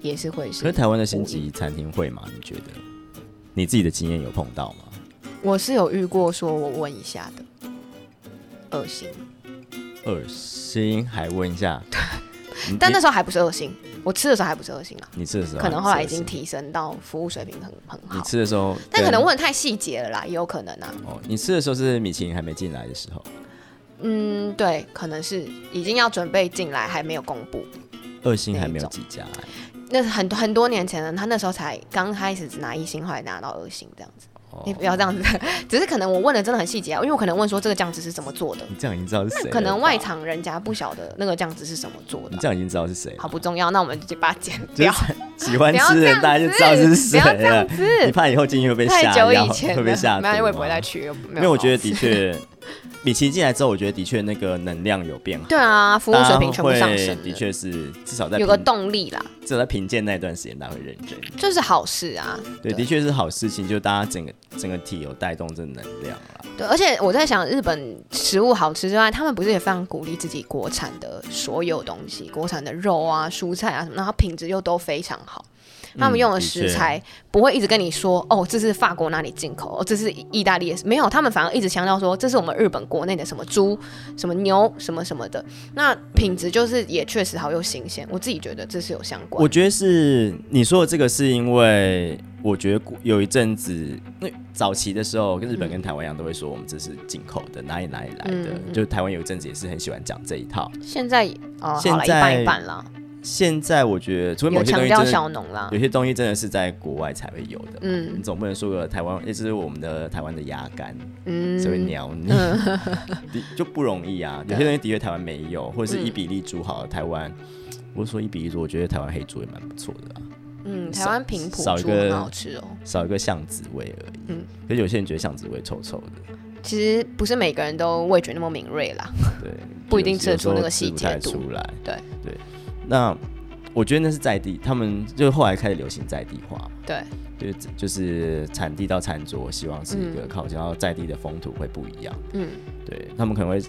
[SPEAKER 2] 也是会
[SPEAKER 1] 可是
[SPEAKER 2] 是。
[SPEAKER 1] 台湾的星级餐厅会吗？你觉得？你自己的经验有碰到吗？
[SPEAKER 2] 我是有遇过说我问一下的，恶心，
[SPEAKER 1] 二星还问一下，你
[SPEAKER 2] 但那时候还不是恶心，我吃的时候还不是恶心啊，
[SPEAKER 1] 你吃的时候
[SPEAKER 2] 可能后来已
[SPEAKER 1] 你吃的
[SPEAKER 2] 经
[SPEAKER 1] 时
[SPEAKER 2] 提升到服务水平很很
[SPEAKER 1] 候你
[SPEAKER 2] 好，
[SPEAKER 1] 吃的时候跟，
[SPEAKER 2] 但可能问得太细节了啦，也有可能啊。
[SPEAKER 1] 哦，你吃的时候是米其林还没进来的时候，
[SPEAKER 2] 嗯，对，可能是已经要准备进来，还没有公布。
[SPEAKER 1] 二星还没有
[SPEAKER 2] 那一
[SPEAKER 1] 几家、哎
[SPEAKER 2] 那是很很多年前了，他那时候才刚开始只拿一星，后来拿到二星这样子。
[SPEAKER 1] 哦
[SPEAKER 2] 你不要这样子， [LAUGHS] 只是可能我问的真的很细节啊，因为我可能问说这个酱汁是怎么做的，
[SPEAKER 1] 你这样已经知道是谁了吧，
[SPEAKER 2] 可能外场人家不晓得那个酱汁是什么做
[SPEAKER 1] 你
[SPEAKER 2] 的
[SPEAKER 1] 这
[SPEAKER 2] 啊、
[SPEAKER 1] 样已经知道是谁了，
[SPEAKER 2] 好不重要，那我们就把它剪
[SPEAKER 1] 就是
[SPEAKER 2] 掉。
[SPEAKER 1] [LAUGHS] 喜欢
[SPEAKER 2] [LAUGHS] 不要
[SPEAKER 1] 吃的
[SPEAKER 2] 这
[SPEAKER 1] 人
[SPEAKER 2] 样
[SPEAKER 1] 大家就
[SPEAKER 2] 子
[SPEAKER 1] 知道是
[SPEAKER 2] 不
[SPEAKER 1] 谁
[SPEAKER 2] 要这
[SPEAKER 1] 了
[SPEAKER 2] 样。子
[SPEAKER 1] [LAUGHS] 你怕以后进去会被吓
[SPEAKER 2] 太
[SPEAKER 1] 到，
[SPEAKER 2] 久以前了，
[SPEAKER 1] 会 [LAUGHS] 被吓
[SPEAKER 2] 没有，
[SPEAKER 1] 到，哦
[SPEAKER 2] 我也不会再。去，又没
[SPEAKER 1] 因为我觉得
[SPEAKER 2] 好
[SPEAKER 1] 的确，米其林进来之后，我觉得的确那个能量有变好，
[SPEAKER 2] 对啊，服务水平全部上
[SPEAKER 1] 大家
[SPEAKER 2] 升了，
[SPEAKER 1] 会的确是至少在
[SPEAKER 2] 有个
[SPEAKER 1] 评
[SPEAKER 2] 动力啦，
[SPEAKER 1] 至少在评鉴那一段时间，大家会认真。
[SPEAKER 2] 这是好事啊。
[SPEAKER 1] 对，的确是好事情，就大家整个整个体有带动这能量啦。
[SPEAKER 2] 对，而且我在想，日本食物好吃之外，他们不是也非常鼓励自己国产的所有东西，国产的肉啊、蔬菜啊什么，然后品质又都非常好。
[SPEAKER 1] 嗯
[SPEAKER 2] 他们用的食材不会一直跟你说，哦，这是法国哪里进口，哦，这是意大利的，没有，他们反而一直强调说，这是我们日本国内的什么猪、什么牛、什么什么的。那品质就是也确实好又新鲜，我自己觉得这是有相关
[SPEAKER 1] 我。觉得是你说的这个，是因为我觉得有一阵子，那早期的时候，日本跟台湾一样，都会说我们这是进口的，哪里哪里来的。
[SPEAKER 2] 嗯嗯嗯
[SPEAKER 1] 就台湾有一阵子也是很喜欢讲这一套。
[SPEAKER 2] 现在哦，
[SPEAKER 1] 现
[SPEAKER 2] 好了，一
[SPEAKER 1] 在
[SPEAKER 2] 半一半啦，
[SPEAKER 1] 现在我觉得，除非
[SPEAKER 2] 有
[SPEAKER 1] 某些东
[SPEAKER 2] 强
[SPEAKER 1] 西
[SPEAKER 2] 调
[SPEAKER 1] 真的，
[SPEAKER 2] 小农啦
[SPEAKER 1] 有，些东西真的是在国外才会有的。你
[SPEAKER 2] 嗯
[SPEAKER 1] 总不能说个台湾，这是我们的台湾的鸭肝，
[SPEAKER 2] 嗯，
[SPEAKER 1] 只会鸟你， [LAUGHS] 的就不容易啊。有些东西的确台湾没有，或者
[SPEAKER 2] 嗯
[SPEAKER 1] 是一比例煮好的台湾。不是说一比一煮，我觉得台湾黑猪也蛮不错的啊，
[SPEAKER 2] 嗯，台
[SPEAKER 1] 少
[SPEAKER 2] 湾平埔
[SPEAKER 1] 少一
[SPEAKER 2] 猪
[SPEAKER 1] 个
[SPEAKER 2] 很好吃哦。
[SPEAKER 1] 少一个巷子味而已。
[SPEAKER 2] 嗯
[SPEAKER 1] 可是有些人觉得巷子味臭臭的，
[SPEAKER 2] 其实不是每个人都味觉那么敏锐啦。 [LAUGHS]
[SPEAKER 1] 对，
[SPEAKER 2] 不一定
[SPEAKER 1] 有
[SPEAKER 2] 吃得出那个
[SPEAKER 1] 有时候
[SPEAKER 2] 细
[SPEAKER 1] 吃不
[SPEAKER 2] 节
[SPEAKER 1] 太
[SPEAKER 2] 度
[SPEAKER 1] 出来。
[SPEAKER 2] 对
[SPEAKER 1] 对，那我觉得那是在地，他们就后来开始流行在地化，
[SPEAKER 2] 对，
[SPEAKER 1] 就是就是产地到餐桌，希望是一个靠近到在地的风土会不一样。
[SPEAKER 2] 嗯，
[SPEAKER 1] 对他们可能会，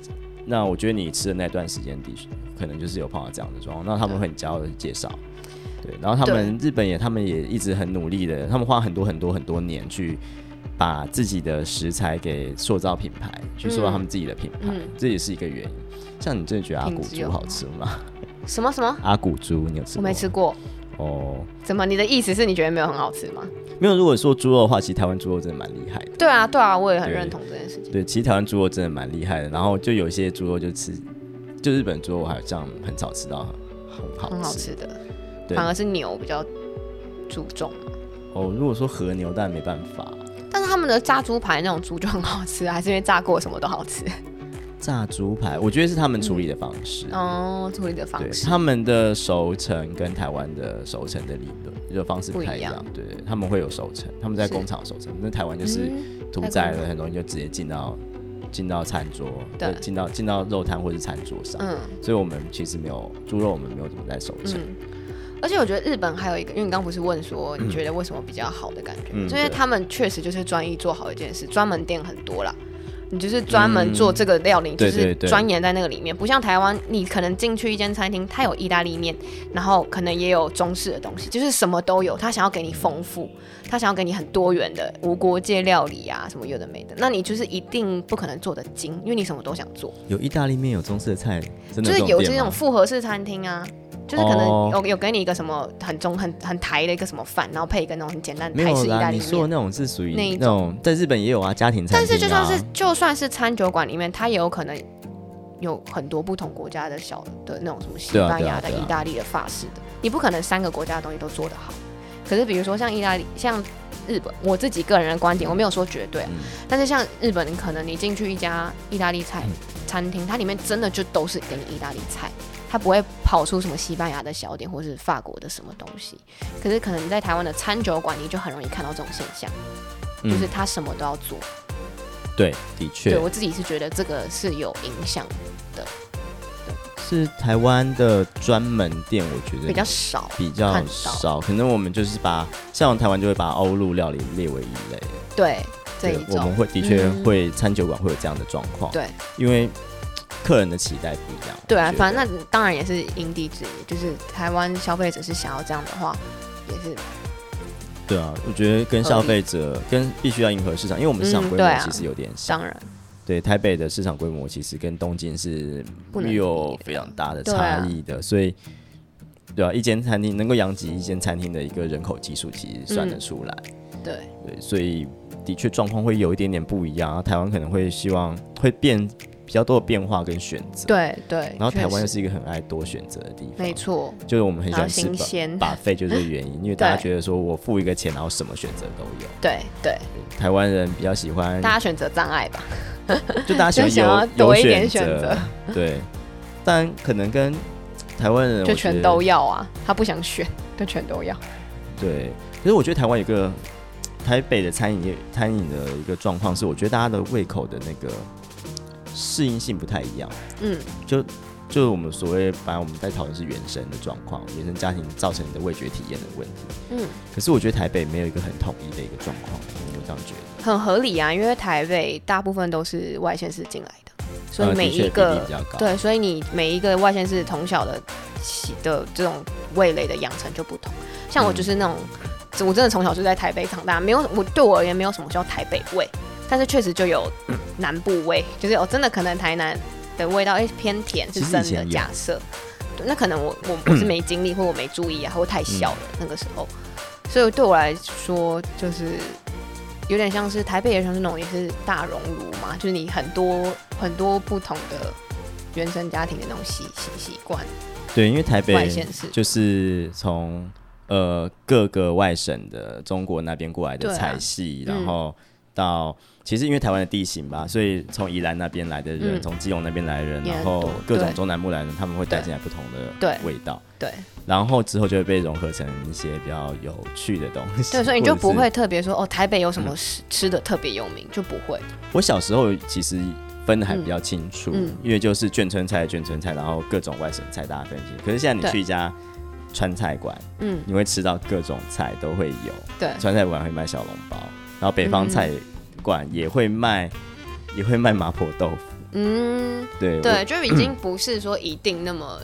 [SPEAKER 1] 那我觉得你吃的那段时间的确可能就是有碰到这样的状况，那他们会很骄傲的介绍。对，然后他们日本也，他们也一直很努力的，他们花很多很多很多年去把自己的食材给塑造品牌，去塑造他们自己的品牌，
[SPEAKER 2] 嗯
[SPEAKER 1] 这也是一个原因。像你真的觉得阿古
[SPEAKER 2] 品质有
[SPEAKER 1] 猪好吃吗？
[SPEAKER 2] 什么什么？
[SPEAKER 1] 阿古猪你有吃过？
[SPEAKER 2] 我没吃过。
[SPEAKER 1] 哦。
[SPEAKER 2] 怎么？你的意思是你觉得没有很好吃吗？
[SPEAKER 1] 没有，如果说猪肉的话，其实台湾猪肉真的蛮厉害的。
[SPEAKER 2] 对啊，对啊，我也很
[SPEAKER 1] 对
[SPEAKER 2] 认同这件事情。
[SPEAKER 1] 对，其实台湾猪肉真的蛮厉害的，然后就有一些猪肉就吃，就日本猪肉好像很少吃到很好吃。
[SPEAKER 2] 很好吃的，
[SPEAKER 1] 对
[SPEAKER 2] 反而是牛比较注重。
[SPEAKER 1] 哦，如果说和牛，当然没办法，
[SPEAKER 2] 但是他们的炸猪排那种猪就很好吃啊，还是因为炸过什么都好吃。
[SPEAKER 1] 炸猪排，我觉得是他们处理的方式。
[SPEAKER 2] 哦，处理的方
[SPEAKER 1] 对，
[SPEAKER 2] 式。
[SPEAKER 1] 他们的熟成跟台湾的熟成的理论就方式不太一样
[SPEAKER 2] 不，
[SPEAKER 1] 对，他们会有熟成，他们在
[SPEAKER 2] 是
[SPEAKER 1] 工厂熟成，那台湾就是
[SPEAKER 2] 嗯
[SPEAKER 1] 屠宰了，很容易就直接进到进到餐桌，
[SPEAKER 2] 对
[SPEAKER 1] 呃进到进到肉摊或是餐桌上，
[SPEAKER 2] 嗯
[SPEAKER 1] 所以我们其实没有猪肉，我们没有怎么在熟成，
[SPEAKER 2] 嗯。而且我觉得日本还有一个，因为你刚刚不是问说你觉得为什么比较好的感觉，
[SPEAKER 1] 嗯
[SPEAKER 2] 就因为
[SPEAKER 1] 对
[SPEAKER 2] 他们确实就是专一做好一件事，专门店很多啦。你就是专门做这个料理，你
[SPEAKER 1] 嗯
[SPEAKER 2] 就
[SPEAKER 1] 对
[SPEAKER 2] 是
[SPEAKER 1] 对对
[SPEAKER 2] 钻研在那个里面，不像台湾，你可能进去一间餐厅，它有意大利面，然后可能也有中式的东西，就是什么都有。他想要给你丰富，他想要给你很多元的无国界料理啊，什么有的没的。那你就是一定不可能做得精，因为你什么都想做。
[SPEAKER 1] 有意大利面，有中式的菜，真的
[SPEAKER 2] 就是有
[SPEAKER 1] 店
[SPEAKER 2] 这种
[SPEAKER 1] 吗
[SPEAKER 2] 复合式餐厅啊，就是可能
[SPEAKER 1] 哦
[SPEAKER 2] 有有给你一个什么很中很很台的一个什么饭，然后配一个那种很简单的
[SPEAKER 1] 没
[SPEAKER 2] 台
[SPEAKER 1] 有
[SPEAKER 2] 式意
[SPEAKER 1] 啦，
[SPEAKER 2] 大利
[SPEAKER 1] 你说的
[SPEAKER 2] 面。
[SPEAKER 1] 那种是属于
[SPEAKER 2] 那一
[SPEAKER 1] 那种在日本也有啊，家庭餐
[SPEAKER 2] 但
[SPEAKER 1] 厅、啊。
[SPEAKER 2] 是就算是就算是餐酒馆里面，它也有可能有很多不同国家的小的那种什么西
[SPEAKER 1] 对啊
[SPEAKER 2] 班牙的、
[SPEAKER 1] 对啊对啊
[SPEAKER 2] 意大利的、法式的，你不可能三个国家的东西都做得好。可是比如说像意大利、像日本，我自己个人的观点，我没有说绝对啊、
[SPEAKER 1] 嗯
[SPEAKER 2] 但是像日本，你可能你进去一家意大利菜餐厅，它里面真的就都是给你意大利菜，它不会跑出什么西班牙的小点或是法国的什么东西。可是可能在台湾的餐酒馆，你就很容易看到这种现象，
[SPEAKER 1] 嗯
[SPEAKER 2] 就是它什么都要做。
[SPEAKER 1] 对，的
[SPEAKER 2] 对
[SPEAKER 1] 确
[SPEAKER 2] 我自己是觉得这个是有影响，
[SPEAKER 1] 是台湾的专门店，我觉得
[SPEAKER 2] 比较少。
[SPEAKER 1] 比较
[SPEAKER 2] 看到
[SPEAKER 1] 少，可能我们就是把像台湾就会把欧陆料理列为一类，
[SPEAKER 2] 对这一
[SPEAKER 1] 我们
[SPEAKER 2] 种，
[SPEAKER 1] 会的确
[SPEAKER 2] 嗯
[SPEAKER 1] 会餐酒馆会有这样的状况，，
[SPEAKER 2] 对
[SPEAKER 1] 因为
[SPEAKER 5] 客人的期待不一样。
[SPEAKER 2] 对啊
[SPEAKER 5] 我觉，得
[SPEAKER 2] 反正那当然也是因地制宜，就是台湾消费者是想要这样的话，也是
[SPEAKER 1] 对啊，我觉得跟消费者跟必须要迎合市场，因为我们市场
[SPEAKER 2] 嗯
[SPEAKER 1] 规
[SPEAKER 2] 对
[SPEAKER 1] 模
[SPEAKER 2] 啊
[SPEAKER 1] 其实有点像。
[SPEAKER 2] 当然
[SPEAKER 1] 对台北的市场规模其实跟东京是
[SPEAKER 2] 不能
[SPEAKER 1] 没有
[SPEAKER 2] 比
[SPEAKER 1] 非常大的
[SPEAKER 2] 对啊
[SPEAKER 1] 差异的，所以对啊，一间餐厅能够养起一间餐厅的一个人口基数，
[SPEAKER 2] 嗯
[SPEAKER 1] 其实算得出来。
[SPEAKER 2] 对，
[SPEAKER 1] 对，所以的确状况会有一点点不一样，然后台湾可能会希望会变比较多的变化跟选择。
[SPEAKER 2] 对对。
[SPEAKER 1] 然后台湾
[SPEAKER 2] 确
[SPEAKER 1] 又
[SPEAKER 2] 实
[SPEAKER 1] 是一个很爱多选择的地方，
[SPEAKER 2] 没，错，
[SPEAKER 1] 就是我们很喜
[SPEAKER 2] 然后
[SPEAKER 1] 欢吃
[SPEAKER 2] 新鲜，
[SPEAKER 1] 把费就是这个原因，因为大家
[SPEAKER 2] [LAUGHS] 对
[SPEAKER 1] 觉得说我付一个钱，然后什么选择都有。
[SPEAKER 2] 对对，
[SPEAKER 1] 台湾人比较喜欢，
[SPEAKER 2] 大家选择障碍吧，
[SPEAKER 1] 就大家喜
[SPEAKER 2] 就想要
[SPEAKER 1] 欢有
[SPEAKER 2] 多
[SPEAKER 1] 有
[SPEAKER 2] 一点选
[SPEAKER 1] 择
[SPEAKER 2] 择，，
[SPEAKER 1] 对。但可能跟台湾人
[SPEAKER 2] 就
[SPEAKER 1] 我觉
[SPEAKER 2] 全
[SPEAKER 1] 得
[SPEAKER 2] 都要啊。他不想选，就全都要。
[SPEAKER 1] 对。可是我觉得台湾有一个台北的餐饮业餐饮的一个状况是，我觉得大家的胃口的那个适应性不太一样。
[SPEAKER 2] 嗯，
[SPEAKER 1] 就就是我们所谓，反正我们在讨论是原生的状况，原生家庭造成你的味觉体验的问题。
[SPEAKER 2] 嗯，
[SPEAKER 1] 可是我觉得台北没有一个很统一的一个状况，我这样觉得。
[SPEAKER 2] 很合理啊，因为台北大部分都是外县市进来的，所以
[SPEAKER 1] 呃
[SPEAKER 2] 每
[SPEAKER 1] 的确
[SPEAKER 2] 一
[SPEAKER 1] 比例
[SPEAKER 2] 个
[SPEAKER 1] 比较高
[SPEAKER 2] 对，所以你每一个外县市从小的起的这种味蕾的养成就不同。像我就是那种，我真的从小就在台北长大，没有我对我而言没有什么叫台北味，但是确实就有南部味，就是我真的可能台南的味道哎、偏甜是
[SPEAKER 1] 其实
[SPEAKER 2] 真
[SPEAKER 1] 以
[SPEAKER 2] 的
[SPEAKER 1] 前有
[SPEAKER 2] 假设，对那可能我我我是没经历或我没注意啊，或太小了、
[SPEAKER 1] 嗯
[SPEAKER 2] 那个时候，所以对我来说就是有点像是台北也像是那种也是大熔炉嘛，就是你很多很多不同的原生家庭的那种习习习惯，
[SPEAKER 1] 对，因为台
[SPEAKER 2] 外
[SPEAKER 1] 北
[SPEAKER 2] 县市
[SPEAKER 1] 就是从呃各个外省的中国那边过来
[SPEAKER 2] 对
[SPEAKER 1] 的
[SPEAKER 2] 啊
[SPEAKER 1] 菜系，
[SPEAKER 2] 嗯
[SPEAKER 1] 然后到。其实因为台湾的地形吧，所以从宜兰那边来的人，
[SPEAKER 2] 嗯
[SPEAKER 1] 从、基隆那边来的人，
[SPEAKER 2] 也很
[SPEAKER 1] 然
[SPEAKER 2] 多
[SPEAKER 1] 后各种
[SPEAKER 2] 对
[SPEAKER 1] 中南部来的人，他们会带
[SPEAKER 2] 对
[SPEAKER 1] 进来不同的
[SPEAKER 2] 对
[SPEAKER 1] 味道，
[SPEAKER 2] 对
[SPEAKER 1] 然后之后就会被融合成一些比较有趣的东西。
[SPEAKER 2] 对，所以你就
[SPEAKER 1] 或者
[SPEAKER 2] 不
[SPEAKER 1] 是嗯
[SPEAKER 2] 会特别说哦，台北有什么吃吃的特别有名，就不会。
[SPEAKER 1] 我小时候其实分的还比较清楚，
[SPEAKER 2] 嗯嗯
[SPEAKER 1] 因为就是眷村菜、眷村菜，然后各种外省菜大家分清。可是现在你
[SPEAKER 2] 对
[SPEAKER 1] 去一家川菜馆，
[SPEAKER 2] 嗯，
[SPEAKER 1] 你会吃到各种菜都会有，
[SPEAKER 2] 对
[SPEAKER 1] 川菜馆会卖小笼包，然后北方菜
[SPEAKER 2] 嗯
[SPEAKER 1] 馆也会卖，也会卖麻婆豆腐。
[SPEAKER 2] 嗯，
[SPEAKER 1] 对，
[SPEAKER 2] 对，就已经不是说一定那么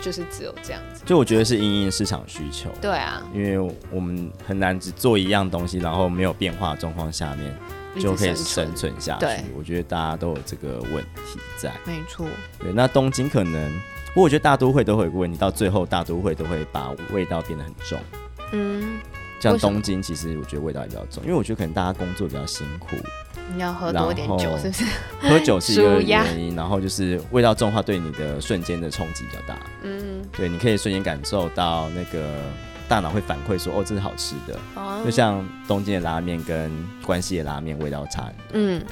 [SPEAKER 2] 就是只有这样子
[SPEAKER 1] 我，就我觉得是因应市场需求，
[SPEAKER 2] 对啊，
[SPEAKER 1] 因为我们很难只做一样东西，然后没有变化的状况下面
[SPEAKER 2] 一直
[SPEAKER 1] 就可以
[SPEAKER 2] 生存
[SPEAKER 1] 生存下去
[SPEAKER 2] 对。
[SPEAKER 1] 我觉得大家都有这个问题在。
[SPEAKER 2] 没错，
[SPEAKER 1] 对，那东京可能，不过我觉得大都会都会有个问题，到最后大都会都会把味道变得很重。
[SPEAKER 2] 嗯，
[SPEAKER 1] 像
[SPEAKER 2] 为什么
[SPEAKER 1] 东京，其实我觉得味道也比较重，因为我觉得可能大家工作比较辛苦，
[SPEAKER 2] 你要喝多一点酒
[SPEAKER 1] 然后
[SPEAKER 2] 是不 [LAUGHS] 是？
[SPEAKER 1] 喝酒是一个
[SPEAKER 2] 舒压
[SPEAKER 1] 原因，然后就是味道重的话，对你的瞬间的冲击比较大。
[SPEAKER 2] 嗯，
[SPEAKER 1] 对，你可以瞬间感受到那个大脑会反馈说，哦，这是好吃的。
[SPEAKER 2] 哦
[SPEAKER 1] 就，像东京的拉面跟关西的拉面味道差很多，
[SPEAKER 2] 嗯，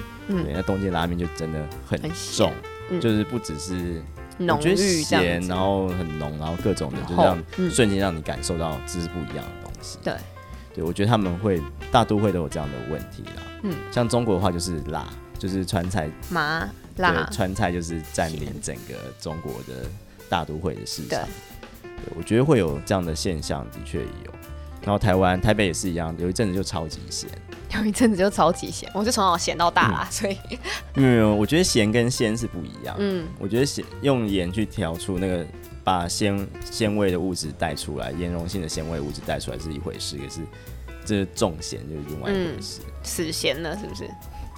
[SPEAKER 1] 对，那东京的拉面就真的很
[SPEAKER 2] 很咸
[SPEAKER 1] 重，
[SPEAKER 2] 嗯
[SPEAKER 1] 就是不只是
[SPEAKER 2] 浓
[SPEAKER 1] 我觉得
[SPEAKER 2] 郁这样
[SPEAKER 1] 咸，
[SPEAKER 2] 子，
[SPEAKER 1] 然后很浓，然后各种的，
[SPEAKER 2] 然
[SPEAKER 1] 就
[SPEAKER 2] 后
[SPEAKER 1] 让、
[SPEAKER 2] 嗯
[SPEAKER 1] 瞬间让你感受到这是不一样的东西。
[SPEAKER 2] 对，
[SPEAKER 1] 对我觉得他们会大都会都有这样的问题啦。
[SPEAKER 2] 嗯，
[SPEAKER 1] 像中国的话就是辣，就是川菜，
[SPEAKER 2] 麻辣
[SPEAKER 1] 对，，川菜就是占领
[SPEAKER 2] 咸
[SPEAKER 1] 整个中国的大都会的市
[SPEAKER 2] 对
[SPEAKER 1] 场。对，我觉得会有这样的现象，的确有。然后台湾台北也是一样，有一阵子就超级咸。
[SPEAKER 2] [LAUGHS] 有一阵子就超级咸，我是从小咸到大
[SPEAKER 1] 嗯
[SPEAKER 2] 啦，所以
[SPEAKER 1] 没有没有，我觉得咸跟鲜是不一样。
[SPEAKER 2] 嗯，
[SPEAKER 1] 我觉得咸用盐去调出那个把鲜鲜味的物质带出来，盐溶性的鲜味物质带出来是一回事，可是这是重咸就是另外一回事。
[SPEAKER 2] 死咸了是不是？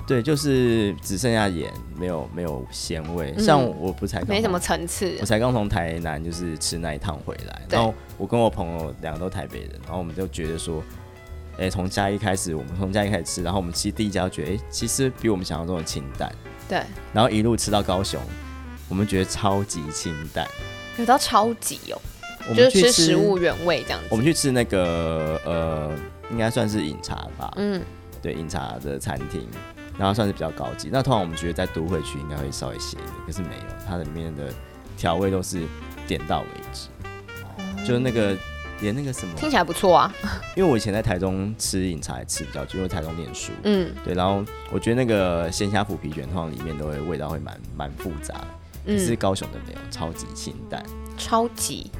[SPEAKER 1] 对，就是只剩下盐，没有没有鲜味。
[SPEAKER 2] 嗯
[SPEAKER 1] 像我不才刚
[SPEAKER 2] 没什么层次
[SPEAKER 1] 我，才刚从台南就是吃那一趟回来，
[SPEAKER 2] 对
[SPEAKER 1] 然后我跟我朋友两个都台北人，然后我们就觉得说，哎、从嘉义开始，我们从嘉义开始吃，然后我们其实第一家就觉得，哎、其实比我们想象中的清淡，
[SPEAKER 2] 对，
[SPEAKER 1] 然后一路吃到高雄，我们觉得超级清淡。
[SPEAKER 2] 有到超级哦，
[SPEAKER 1] 我
[SPEAKER 2] 就
[SPEAKER 1] 们
[SPEAKER 2] 是
[SPEAKER 1] 去
[SPEAKER 2] 吃食物原味这样
[SPEAKER 1] 我
[SPEAKER 2] 子，
[SPEAKER 1] 们去吃那个呃，应该算是饮茶吧，
[SPEAKER 2] 嗯，
[SPEAKER 1] 对，饮茶的餐厅，然后算是比较高级。那通常我们觉得在都会区应该会稍微咸一点，可是没有，它里面的调味都是点到为止，就是那个连那个什么，
[SPEAKER 2] 哦听起来不错啊，
[SPEAKER 1] 因为我以前在台中吃饮茶也吃比较久，因为台中念书，
[SPEAKER 2] 嗯
[SPEAKER 1] 对，然后我觉得那个鲜虾腐皮卷通常里面都会味道会蛮蛮复杂的，可是
[SPEAKER 2] 嗯，
[SPEAKER 1] 高雄的没有，超级清淡。
[SPEAKER 2] 超级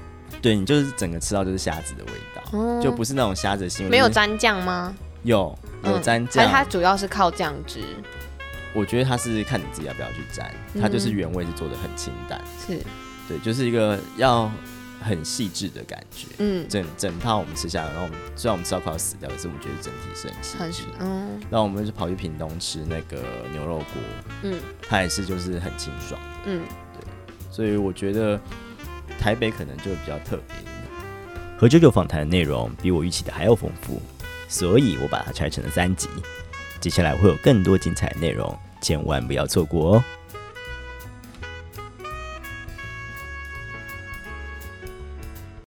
[SPEAKER 1] 对你就是整个吃到就是虾子的味道，
[SPEAKER 2] 嗯
[SPEAKER 1] 就不是那种虾子的腥味，
[SPEAKER 2] 没有
[SPEAKER 1] 就是
[SPEAKER 2] 沾酱吗？
[SPEAKER 1] 有有
[SPEAKER 2] 嗯
[SPEAKER 1] 沾
[SPEAKER 2] 还
[SPEAKER 1] 酱，
[SPEAKER 2] 是它主要是靠酱汁，
[SPEAKER 1] 我觉得它是看你自己要不要去沾，它就是原味是做的很清淡，
[SPEAKER 2] 是，
[SPEAKER 1] 对，就是一个要很细致的感觉。
[SPEAKER 2] 嗯，
[SPEAKER 1] 整整套我们吃下来，然后我们虽然我们吃到快要死掉，可是我们觉得整体是很细
[SPEAKER 2] 很
[SPEAKER 1] 致。
[SPEAKER 2] 嗯
[SPEAKER 1] 然后我们就跑去屏东吃那个牛肉锅，
[SPEAKER 2] 嗯
[SPEAKER 1] 它也是就是很清爽，
[SPEAKER 2] 嗯，
[SPEAKER 1] 所以我觉得台北可能就比较特别一点。
[SPEAKER 6] 和九九访谈的内容比我预期的还要丰富，所以我把它拆成了三集。接下来会有更多精彩的内容，千万不要错过哦。